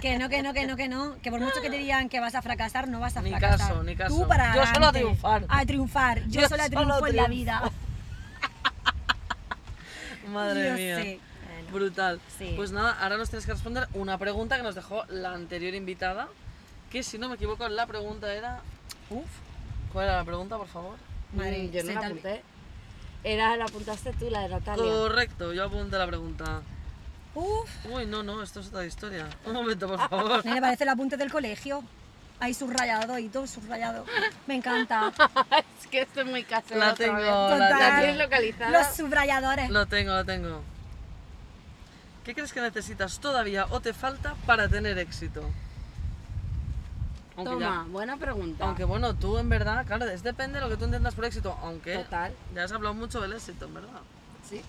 C: Que no, que no, que no, que no. Que por mucho que te digan que vas a fracasar, no vas a
B: Ni
C: fracasar.
B: caso, ni caso.
C: Tú para
B: Yo solo a
C: adelante,
B: triunfar.
C: A triunfar. Yo,
B: Yo
C: solo
B: solo
C: triunfo en la
B: triunfo.
C: *laughs* vida.
B: Madre
C: Yo
B: mía.
C: sé. Bueno.
B: Brutal.
C: Sí.
B: Pues nada, ahora nos tienes que responder una pregunta que nos dejó la anterior invitada, que si no me equivoco la pregunta era... Uf, ¿cuál era la pregunta, por favor?
C: Madre,
A: Mm, yo no
C: se
A: la
C: te olvi-
A: apunté. Era, la apuntaste tú, la de Natalia.
B: Correcto, yo apunté la pregunta.
C: Uf,
B: Uy, no, no, esto es otra historia. Un momento,
A: *laughs*
B: por favor.
C: me parece el apunte del colegio. Ahí subrayado y todo subrayado. Me
B: *laughs*
C: encanta.
A: *laughs* es que estoy muy casera.
B: La
A: otra
B: tengo,
A: vez.
B: la
C: Total.
A: La
B: tengo.
A: tienes localizada.
C: Los subrayadores.
B: Lo tengo, lo tengo. ¿Qué crees que necesitas todavía o te falta para tener éxito? Aunque,
A: Toma,
B: ya-
A: buena pregunta.
B: aunque bueno, tú en verdad, claro, es depende de lo que tú entiendas por éxito, aunque
A: Total,
B: ya has hablado mucho del éxito, en verdad.
A: sí.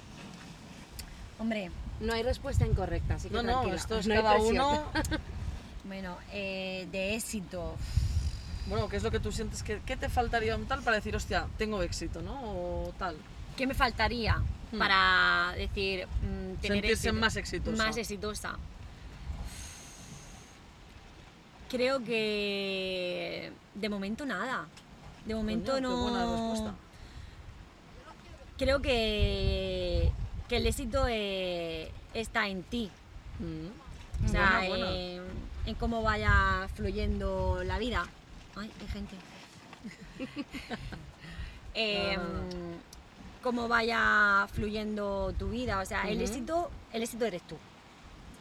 C: Hombre,
A: No hay respuesta incorrecta, así que
B: No, no,
A: tranquila,
B: esto es
A: no hay
B: cada
A: presión.
B: uno.
A: *laughs*
C: bueno, eh, de éxito.
B: Bueno, ¿qué es lo que tú sientes? que qué te faltaría un tal para decir, hostia, tengo éxito, ¿no? O tal.
C: ¿Qué me faltaría
B: Hmm.
C: para decir mm, tener
B: Sentirse
C: éxito?
B: más exitosa.
C: Más exitosa. Creo que de momento nada. De momento
B: Coño,
C: no.
B: qué buena respuesta.
C: Creo que, que el éxito eh, está en ti.
B: Mm.
C: O sea,
B: Buena, buena.
C: En, en cómo vaya fluyendo la vida. Ay,
A: *laughs*
C: hay gente. Em,
B: Nada,
C: cómo vaya fluyendo tu vida. O sea, el
B: Ujú.
C: éxito, el éxito eres tú.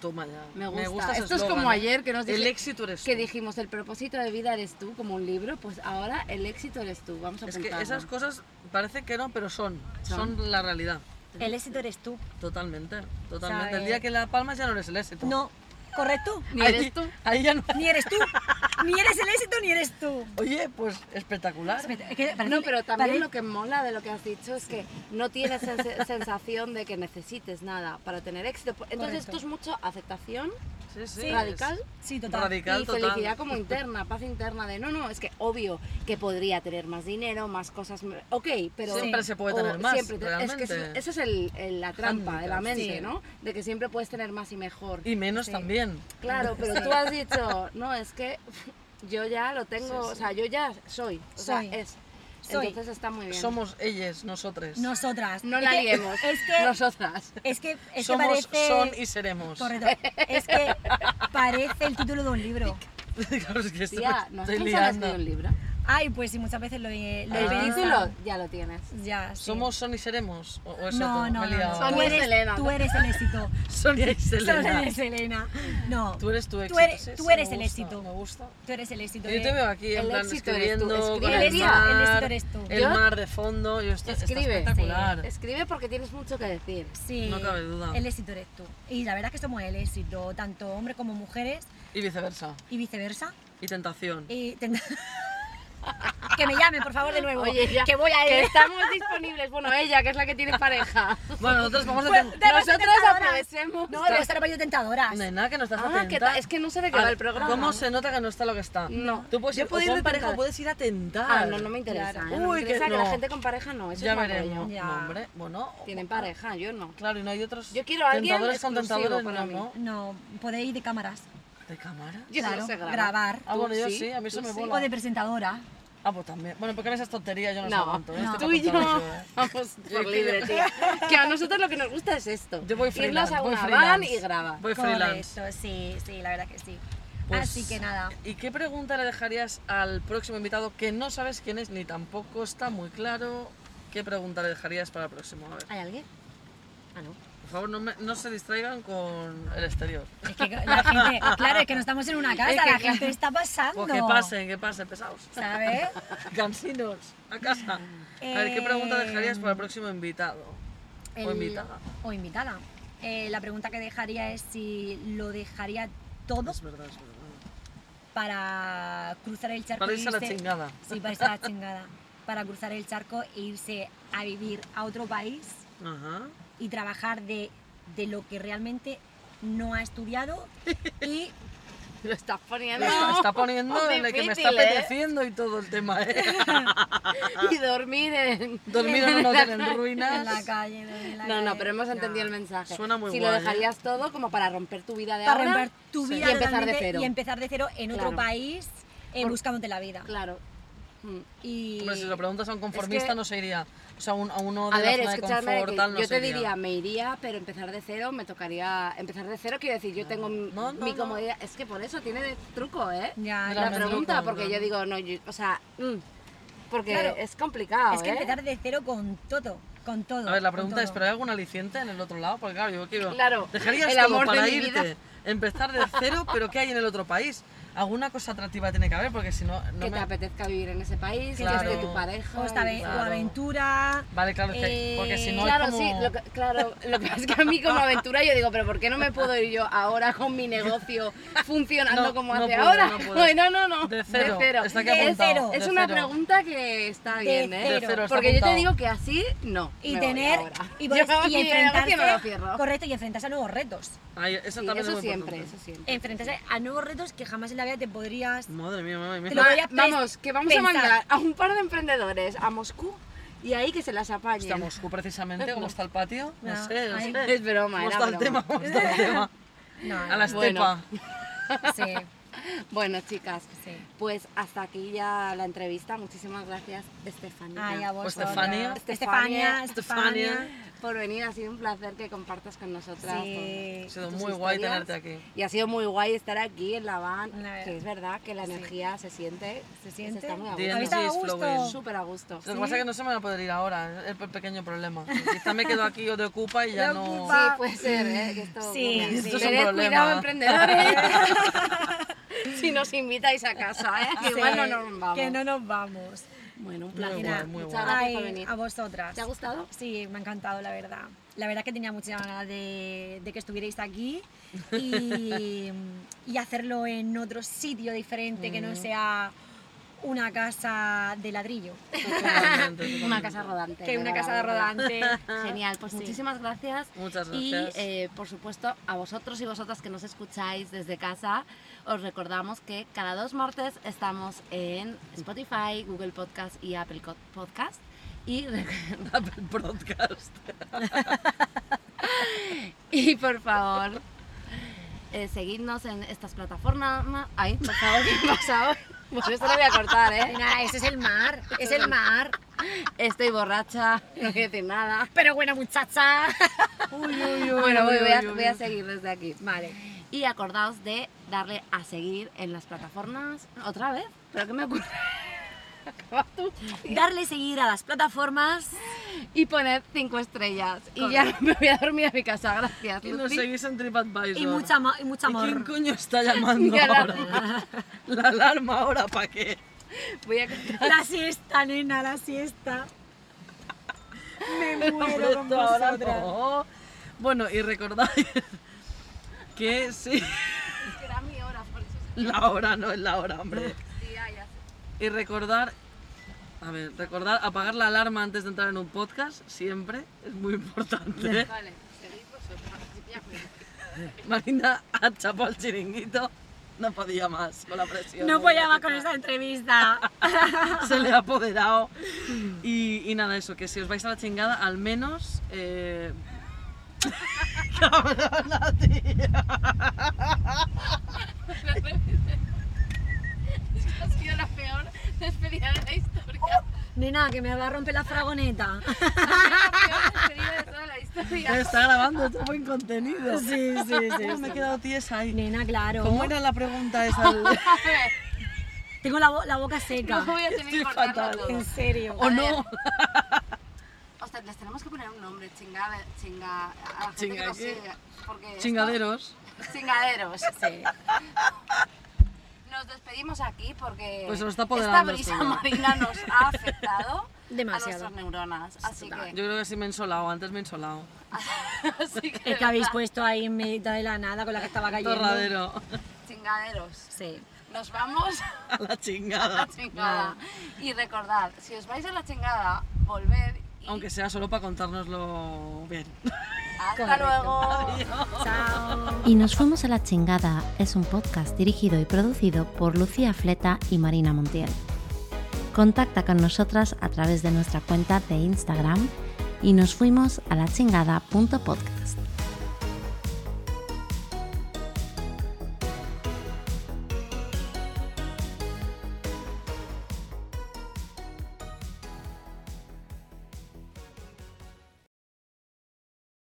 B: Toma ya.
A: Me gusta.
B: ese
A: Esto es
B: eslogan,
A: como
B: ¿eh?
A: ayer que nos
B: El
A: dije-
B: éxito eres
A: Que
B: tú.
A: dijimos, el propósito de vida eres tú, como un libro, pues ahora el éxito eres tú. Vamos a
B: Es que
A: apuntarlo.
B: esas cosas parece que no, pero son.
A: Son.
B: Son, la realidad.
C: El éxito eres tú.
B: Totalmente. Totalmente.
C: ¿Sabe?
B: El día que la palmas ya no eres el éxito.
C: No, correcto.
A: Ni
B: Ahí-
A: eres tú.
B: Ahí ya no.
C: Ni eres tú. Ni eres el éxito, ni eres tú.
B: Oye, pues espectacular.
C: Es que parece-
A: No, pero también
C: parece-
A: lo que mola de lo que has dicho es que no tienes sen- sensación de que necesites nada para tener éxito. Entonces
C: Correcto.
A: esto es mucho aceptación
B: Sí, sí. es-
A: radical
C: Sí, total.
B: Radical,
A: y
B: total.
A: felicidad como interna, paz interna de no, no, es que obvio que podría tener más dinero, más cosas, me- ok, pero...
B: Siempre
A: sí,
B: se puede
A: o
B: tener más,
A: siempre te- es que
B: realmente.
A: eso, esa es el- el- la trampa de la
B: Handicap,
A: mente,
C: sí.
A: ¿no? De que siempre puedes tener más y mejor.
B: Y menos
C: Sí.
B: también.
A: Claro, pero tú has dicho, no, es que yo ya lo tengo, o sea, yo ya soy, o sea,
C: Soy.
A: es.
C: Soy.
A: Entonces está muy bien.
B: Somos ellas, nosotras.
C: Nosotras.
A: no
C: Es
A: la
C: que-
A: liemos,
C: Es que,
A: nosotras.
C: es que, es que
B: Somos,
C: parece.
B: son y seremos.
C: Correcto. Es
A: *laughs*
C: que parece el título de un libro.
B: *laughs* Claro, es que esto
A: Tía,
B: me
A: ¿no has
B: estoy
A: pensado en
B: liando.
A: escribir un libro?
C: Ay, pues sí, muchas veces lo he, lo he
A: El
B: Ah.
A: título
C: pensado.
A: ya lo tienes.
C: Ya. sí.
B: Somos son y seremos. O, o es
C: No,
B: otro,
C: no,
B: me he
C: no, no.
B: liado.
A: Son
C: Tú
A: y
C: eres,
A: Selena.
C: tú eres el éxito.
B: Sonia y
C: Solo
B: Selena.
C: eres Elena. No.
B: Tú eres tu éxito.
C: eres-
B: sí,
C: tú
B: sí, me
C: eres el
B: gusta,
C: éxito.
B: Me gusta.
C: Tú eres el éxito.
B: Yo te
C: de-
B: veo aquí en
A: El
B: plan
A: éxito eres tú,
B: escribiendo
A: escribe.
B: con
A: El
B: el,
A: éxito-
B: mar,
C: el éxito eres tú.
B: el
A: Yo-
B: mar de fondo, yo esto, esto
A: Escribe,
B: está espectacular.
A: Escribe porque tienes mucho que decir.
C: Sí.
B: No cabe duda.
C: El éxito eres tú. Y la verdad es que somos el éxito, tanto hombres como mujeres
B: Y viceversa.
C: y viceversa.
B: Y tentación.
C: Y ten- *laughs* que me llamen, por favor, de nuevo.
A: Oye, ya,
C: Que voy a
A: que
C: ir.
A: estamos disponibles. Bueno, ella, que es la que tiene pareja.
B: Bueno, nosotros vamos a
C: Pues,
B: ten-
C: de las
A: Nosotras
C: tentadoras.
A: aprovechemos.
C: No, debo estar yo tentadoras.
B: Nena, que no estás
A: Ah, que
B: atenta.
A: ta- es que no sé de qué
B: A
A: va
B: ver,
A: el programa.
B: ¿Cómo se nota que no está lo que está?
A: No.
B: Tú puedes
A: Yo
B: ir o
A: puedo ir
B: con
A: de
B: pareja
A: tentar.
B: o puedes ir a tentar.
A: Ah, no, no me interesa.
C: Claro.
A: ¿eh? No me
B: Uy, que
A: interesa que, la
B: no.
A: gente con pareja no. Eso
B: ya
A: es mal
B: veremos.
A: rollo.
C: Ya.
B: No, hombre, bueno.
A: Tienen pareja, yo no.
B: Claro, y no hay otros.
A: Yo quiero a alguien
B: Tentadores con
A: exclusivo
B: tentadores,
A: para
B: no,
A: mí.
B: no.
C: No, podéis ir de cámaras.
B: ¿De cámara?
A: Yo
C: claro,
A: no sé grabar.
C: grabar.
B: Ah,
A: Tú
B: bueno, yo
A: sí,
B: sí, a mí eso
A: tú
B: me
A: sí.
B: mola.
C: O de presentadora.
B: Ah, pues también. Bueno, porque esas tonterías yo no, las aguanto. ¿eh?
C: no.
B: Estoy
A: Tú y yo
B: fatal yo, ¿eh?
A: vamos
B: Yo
A: por
B: que-
A: libre, tía. Que a nosotros lo que nos gusta es esto.
B: Yo voy freelance.
A: *laughs* Irnos a
B: voy
A: una van
B: freelance.
A: y grabar.
B: Voy freelance.
C: Correcto, sí, sí, la verdad que sí.
B: Pues,
C: Así que nada.
B: ¿Y qué pregunta le dejarías al próximo invitado que no sabes quién es ni tampoco está muy claro? ¿Qué pregunta le dejarías para el próximo? A ver,
C: ¿Hay alguien? Ah, no.
B: por favor, no, me- no se distraigan con el exterior. *laughs*
C: Es que la gente, claro, es que no estamos en una casa,
B: Es que-
C: la gente está pasando.
B: Pues que pasen, que pasen, pesados.
C: ¿Sabes?
B: *laughs* Cansinos, a casa. A ver, ¿qué pregunta dejarías para el próximo invitado? O
C: El-
B: invitada.
C: O invitada. Eh, la pregunta que dejaría es si lo dejaría todo
B: Es verdad, es verdad.
C: para cruzar el charco.
B: Para
C: e
B: irse a la
C: irse-
B: chingada.
C: Sí, para irse a la chingada. Para cruzar el charco e irse a vivir a otro país
B: Ajá.
C: y trabajar de, de lo que realmente no ha
B: *laughs*
C: estudiado y
A: Lo estás poniendo.
B: Me está- está poniendo
A: muy
B: en el que me está
A: difícil, ¿eh?
B: apeteciendo y todo el tema, ¿eh?
A: *laughs*
B: *laughs*
A: Y dormir en.
B: Dormir en un
A: *laughs*
B: hotel en
C: en la
B: ruinas.
C: calle. en la
A: No, no,
C: calle.
A: pero hemos
C: No.
A: entendido el mensaje.
B: Suena muy
A: Si lo
B: guay, ¿eh?
A: dejarías todo como para romper tu vida de
C: Para
A: ahora
C: romper tu vida
A: y empezar de
C: totalmente
A: cero.
C: y empezar de cero en
A: Claro.
C: otro país eh,
A: Por-
C: buscándote la vida.
A: Claro. Mm.
C: Y
B: Hombre, si lo preguntas a un conformista
A: que-
B: no se iría. O sea, un- a uno de
A: A
B: la
A: ver,
B: zona de
A: escúchame,
B: confort
A: que
B: tal no
A: yo
B: se
A: te
B: iría.
A: diría, me iría, pero empezar de cero me tocaría. Empezar de cero, quiero decir, yo tengo mi-
B: No, no,
A: mi
B: no.
A: comodidad. Es que por eso tiene truco, ¿eh?
C: Ya,
B: Me
C: ya.
A: la
B: Claro,
A: pregunta,
B: truco,
A: porque
B: claro.
A: yo digo, no, yo- o sea, mm, porque
C: Claro.
A: es complicado.
C: es que
A: ¿eh?
C: empezar de cero con todo, con todo.
B: A ver, la
C: con
B: pregunta
C: todo.
B: es, ¿pero hay algún aliciente en el otro lado? Porque claro, yo quiero...
A: Claro,
B: ¿Dejarías
A: el
B: todo
A: amor de
B: para
A: mi
B: irte?
A: vida. *laughs*
B: Empezar de cero, pero ¿qué hay en el otro país? Alguna cosa atractiva tiene que haber, porque si no... no
A: que
B: me-
A: te apetezca vivir en ese país, que
B: Claro.
A: esté tu pareja.
C: O, esta vez, o
B: Claro.
C: aventura.
B: Vale, claro, es que-
C: Eh,
B: porque si no es
A: claro,
B: como-
A: sí, lo que, claro, lo que pasa es que a mí como aventura yo digo, pero ¿por qué no me puedo ir yo ahora con mi negocio funcionando
B: No,
A: como
B: no
A: hace
B: puedo,
A: ahora?
B: no puedo.
A: Bueno, no, no,
B: De cero, está aquí
A: De
B: apuntado,
A: cero.
B: de
A: Es una
B: cero.
A: pregunta que está
C: De
A: bien, ¿eh?
C: cero. De
B: cero, está
A: Porque yo te
B: apuntado.
A: digo que así no.
C: Y
A: me voy
C: tener.
A: ahora. *laughs* Yo
C: Y, pues- y
A: mi negocio
C: enfrentarse.
A: no lo cierro.
C: correcto, y enfrentarse a nuevos retos.
B: Ay, eso
A: Sí,
B: también
A: eso
B: es muy
A: siempre,
B: importante.
A: eso siempre.
C: Enfrentarse a nuevos retos que jamás en la vida te podrías.
B: Madre mía, madre mía.
C: Te lo voy a pres-
A: Vamos, que vamos
C: pensar.
A: a mandar a un par de emprendedores a Moscú y ahí que se las apañen.
B: Hostia, Moscú precisamente, ¿cómo está el patio? No,
C: No,
B: sé, no
C: ahí-
A: *laughs*
B: sé.
A: Es broma,
B: ¿Cómo
A: era
B: está el
A: broma.
B: tema? ¿Cómo está el tema?
C: *laughs* No,
B: A la
C: no,
B: estepa.
A: *laughs*
C: sí,
A: Bueno, chicas,
C: sí.
A: pues hasta aquí ya la entrevista. Muchísimas gracias, Estefanía.
C: Ay, a
B: O
C: vosotras.
B: Pues Estefania.
C: Estefania.
B: Estefania.
C: Estefania.
A: por venir, ha sido un placer que compartas con nosotras.
C: Sí.
B: Ha sido
A: tus
B: muy guay
A: historias.
B: tenerte aquí.
A: Y ha sido muy guay estar aquí en la van,
C: La verdad.
A: que es verdad que la
C: Sí.
A: energía se siente,
C: ¿Se siente?
A: está muy a
B: The
A: gusto,
C: ¿Habéis estado a
B: energy is flowing.
C: gusto?
A: súper a gusto.
B: Lo que pasa es que no se me va a poder ir ahora, es el pequeño problema. Quizá me quedo aquí o de Ocupa y ya
C: De
B: no...
A: Sí,
C: Ocupa.
A: puede ser, ¿eh? que esto,
C: Sí,
A: bueno,
C: esto
B: es un
A: Tened
B: problema.
A: cuidado, emprendedores.
C: *laughs*
A: si nos invitáis a casa, ¿eh? Que igual no
C: Sí,
A: nos vamos.
C: Que no nos vamos.
A: Bueno, un
B: Muy
A: placer.
B: guay, muy
A: Muchas
B: guay.
A: gracias por
C: Ay,
A: venir.
C: a vosotras.
A: ¿Te ha gustado?
C: Sí, me ha encantado, la verdad. La verdad que tenía muchas ganas de, de que estuvierais aquí y, y hacerlo en otro sitio diferente que no sea una casa de ladrillo,
B: *laughs* Totalmente,
A: Una
B: totalmente.
A: casa rodante.
C: que
A: de
C: una
A: verdad,
C: casa
A: de verdad. *laughs*
C: rodante.
A: Genial, pues
C: Sí.
A: muchísimas gracias.
B: Muchas
A: Y
B: gracias.
A: eh, por supuesto, a vosotros y vosotras que nos escucháis desde casa, os recordamos que cada dos martes estamos en Spotify, Google Podcast y Apple Co- Podcast. Y, *laughs* rec-
B: Apple Podcast.
A: *laughs* y por favor, eh, seguidnos en estas plataformas. Ay, por favor, ¿qué pasa
B: *laughs*
A: hoy? Pues esto lo voy a cortar, ¿eh?
C: Nada, ese es el mar, es el mar.
A: Estoy borracha, no voy a decir nada.
C: Pero buena muchacha.
A: Ah, Bueno, voy, voy a, voy a seguir desde aquí.
C: Vale.
A: Y acordaos de darle a seguir en las plataformas. ¿Otra vez? ¿Pero qué me ocurre? Acaba tú.
C: *laughs* Darle seguir a las plataformas.
A: Y poner cinco estrellas. Y ya me voy a dormir a mi casa. Gracias.
B: Y nos
A: Lucy.
B: seguís en TripAdvisor.
C: Y mucha, ama- y mucho
B: ¿Y ¿Quién
C: amor.
B: coño
C: *laughs*
B: está llamando
A: Ya la-
B: ahora? *laughs* La alarma ahora, ¿para qué?
A: Voy a cantar.
C: La siesta, nena, la siesta. Me muero
B: *laughs*
C: con
B: Esto ahora
C: vosotras.
B: no. Bueno, y recordad *laughs* que sí, *laughs*
A: Era mi hora, por eso
B: la hora no es la hora, hombre.
A: sentía ya.
B: Y recordar, a ver, recordar apagar la alarma antes de entrar en un podcast siempre es muy importante. ¿eh?
A: Vale, seguid vosotros.
B: *laughs* Marina ha chapado el chiringuito, no podía más con la presión.
C: No podía
A: Ah.
B: mediática.
C: más con esta entrevista.
B: *laughs* se le ha apoderado. Y, y nada, eso, que si os vais a la chingada, al menos. Eh... Cabrona, tía.
A: Ha sido la peor despedida de la historia.
C: Nena, que me va a romper la fragoneta. *laughs*
A: Ha sido la peor despedida de toda la historia. *laughs*
B: Está grabando, esto es buen contenido. *laughs* Sí, sí, sí. me he quedado tiesa ahí.
C: Nena, claro.
B: ¿Cómo era la pregunta esa?
C: Tengo la, bo- la boca seca.
A: No voy a tener que
B: Estoy
A: cortarlo
B: fatal.
A: todo.
C: En serio.
B: ¿O no?
A: O sea, les tenemos que poner un nombre, chinga, chinga, a la gente
B: ¿Chinga
A: que nos
B: qué?
A: sigue, porque esto-
B: Chingaderos. *laughs*
A: Chingaderos. Nos despedimos aquí porque
B: Pues se nos está
A: esta
B: apoderando
A: brisa
B: todo.
A: marina nos
B: *laughs*
A: ha afectado
C: Demasiado.
A: a nuestras neuronas. Así
B: Yo
A: que,
B: creo que sí me he insolado, antes me he insolado.
A: *laughs* así que,
C: Es que habéis puesto ahí en mitad de la nada con la que estaba cayendo.
B: Torradero. *laughs*
A: chingaderos.
C: Sí.
A: Nos vamos
B: A la
A: a
B: chingada.
A: la chingada. Y recordad, si os vais a la chingada, volved y
B: *laughs* Aunque sea solo para contárnoslo bien.
A: hasta
C: Correcto.
A: luego.
C: Chao.
E: Y Nos Fuimos a la Chingada es un podcast dirigido y producido por Lucía Fleta y Marina Montiel. Contacta con nosotras a través de nuestra cuenta de Instagram y nos fuimos a la chingada.podcast.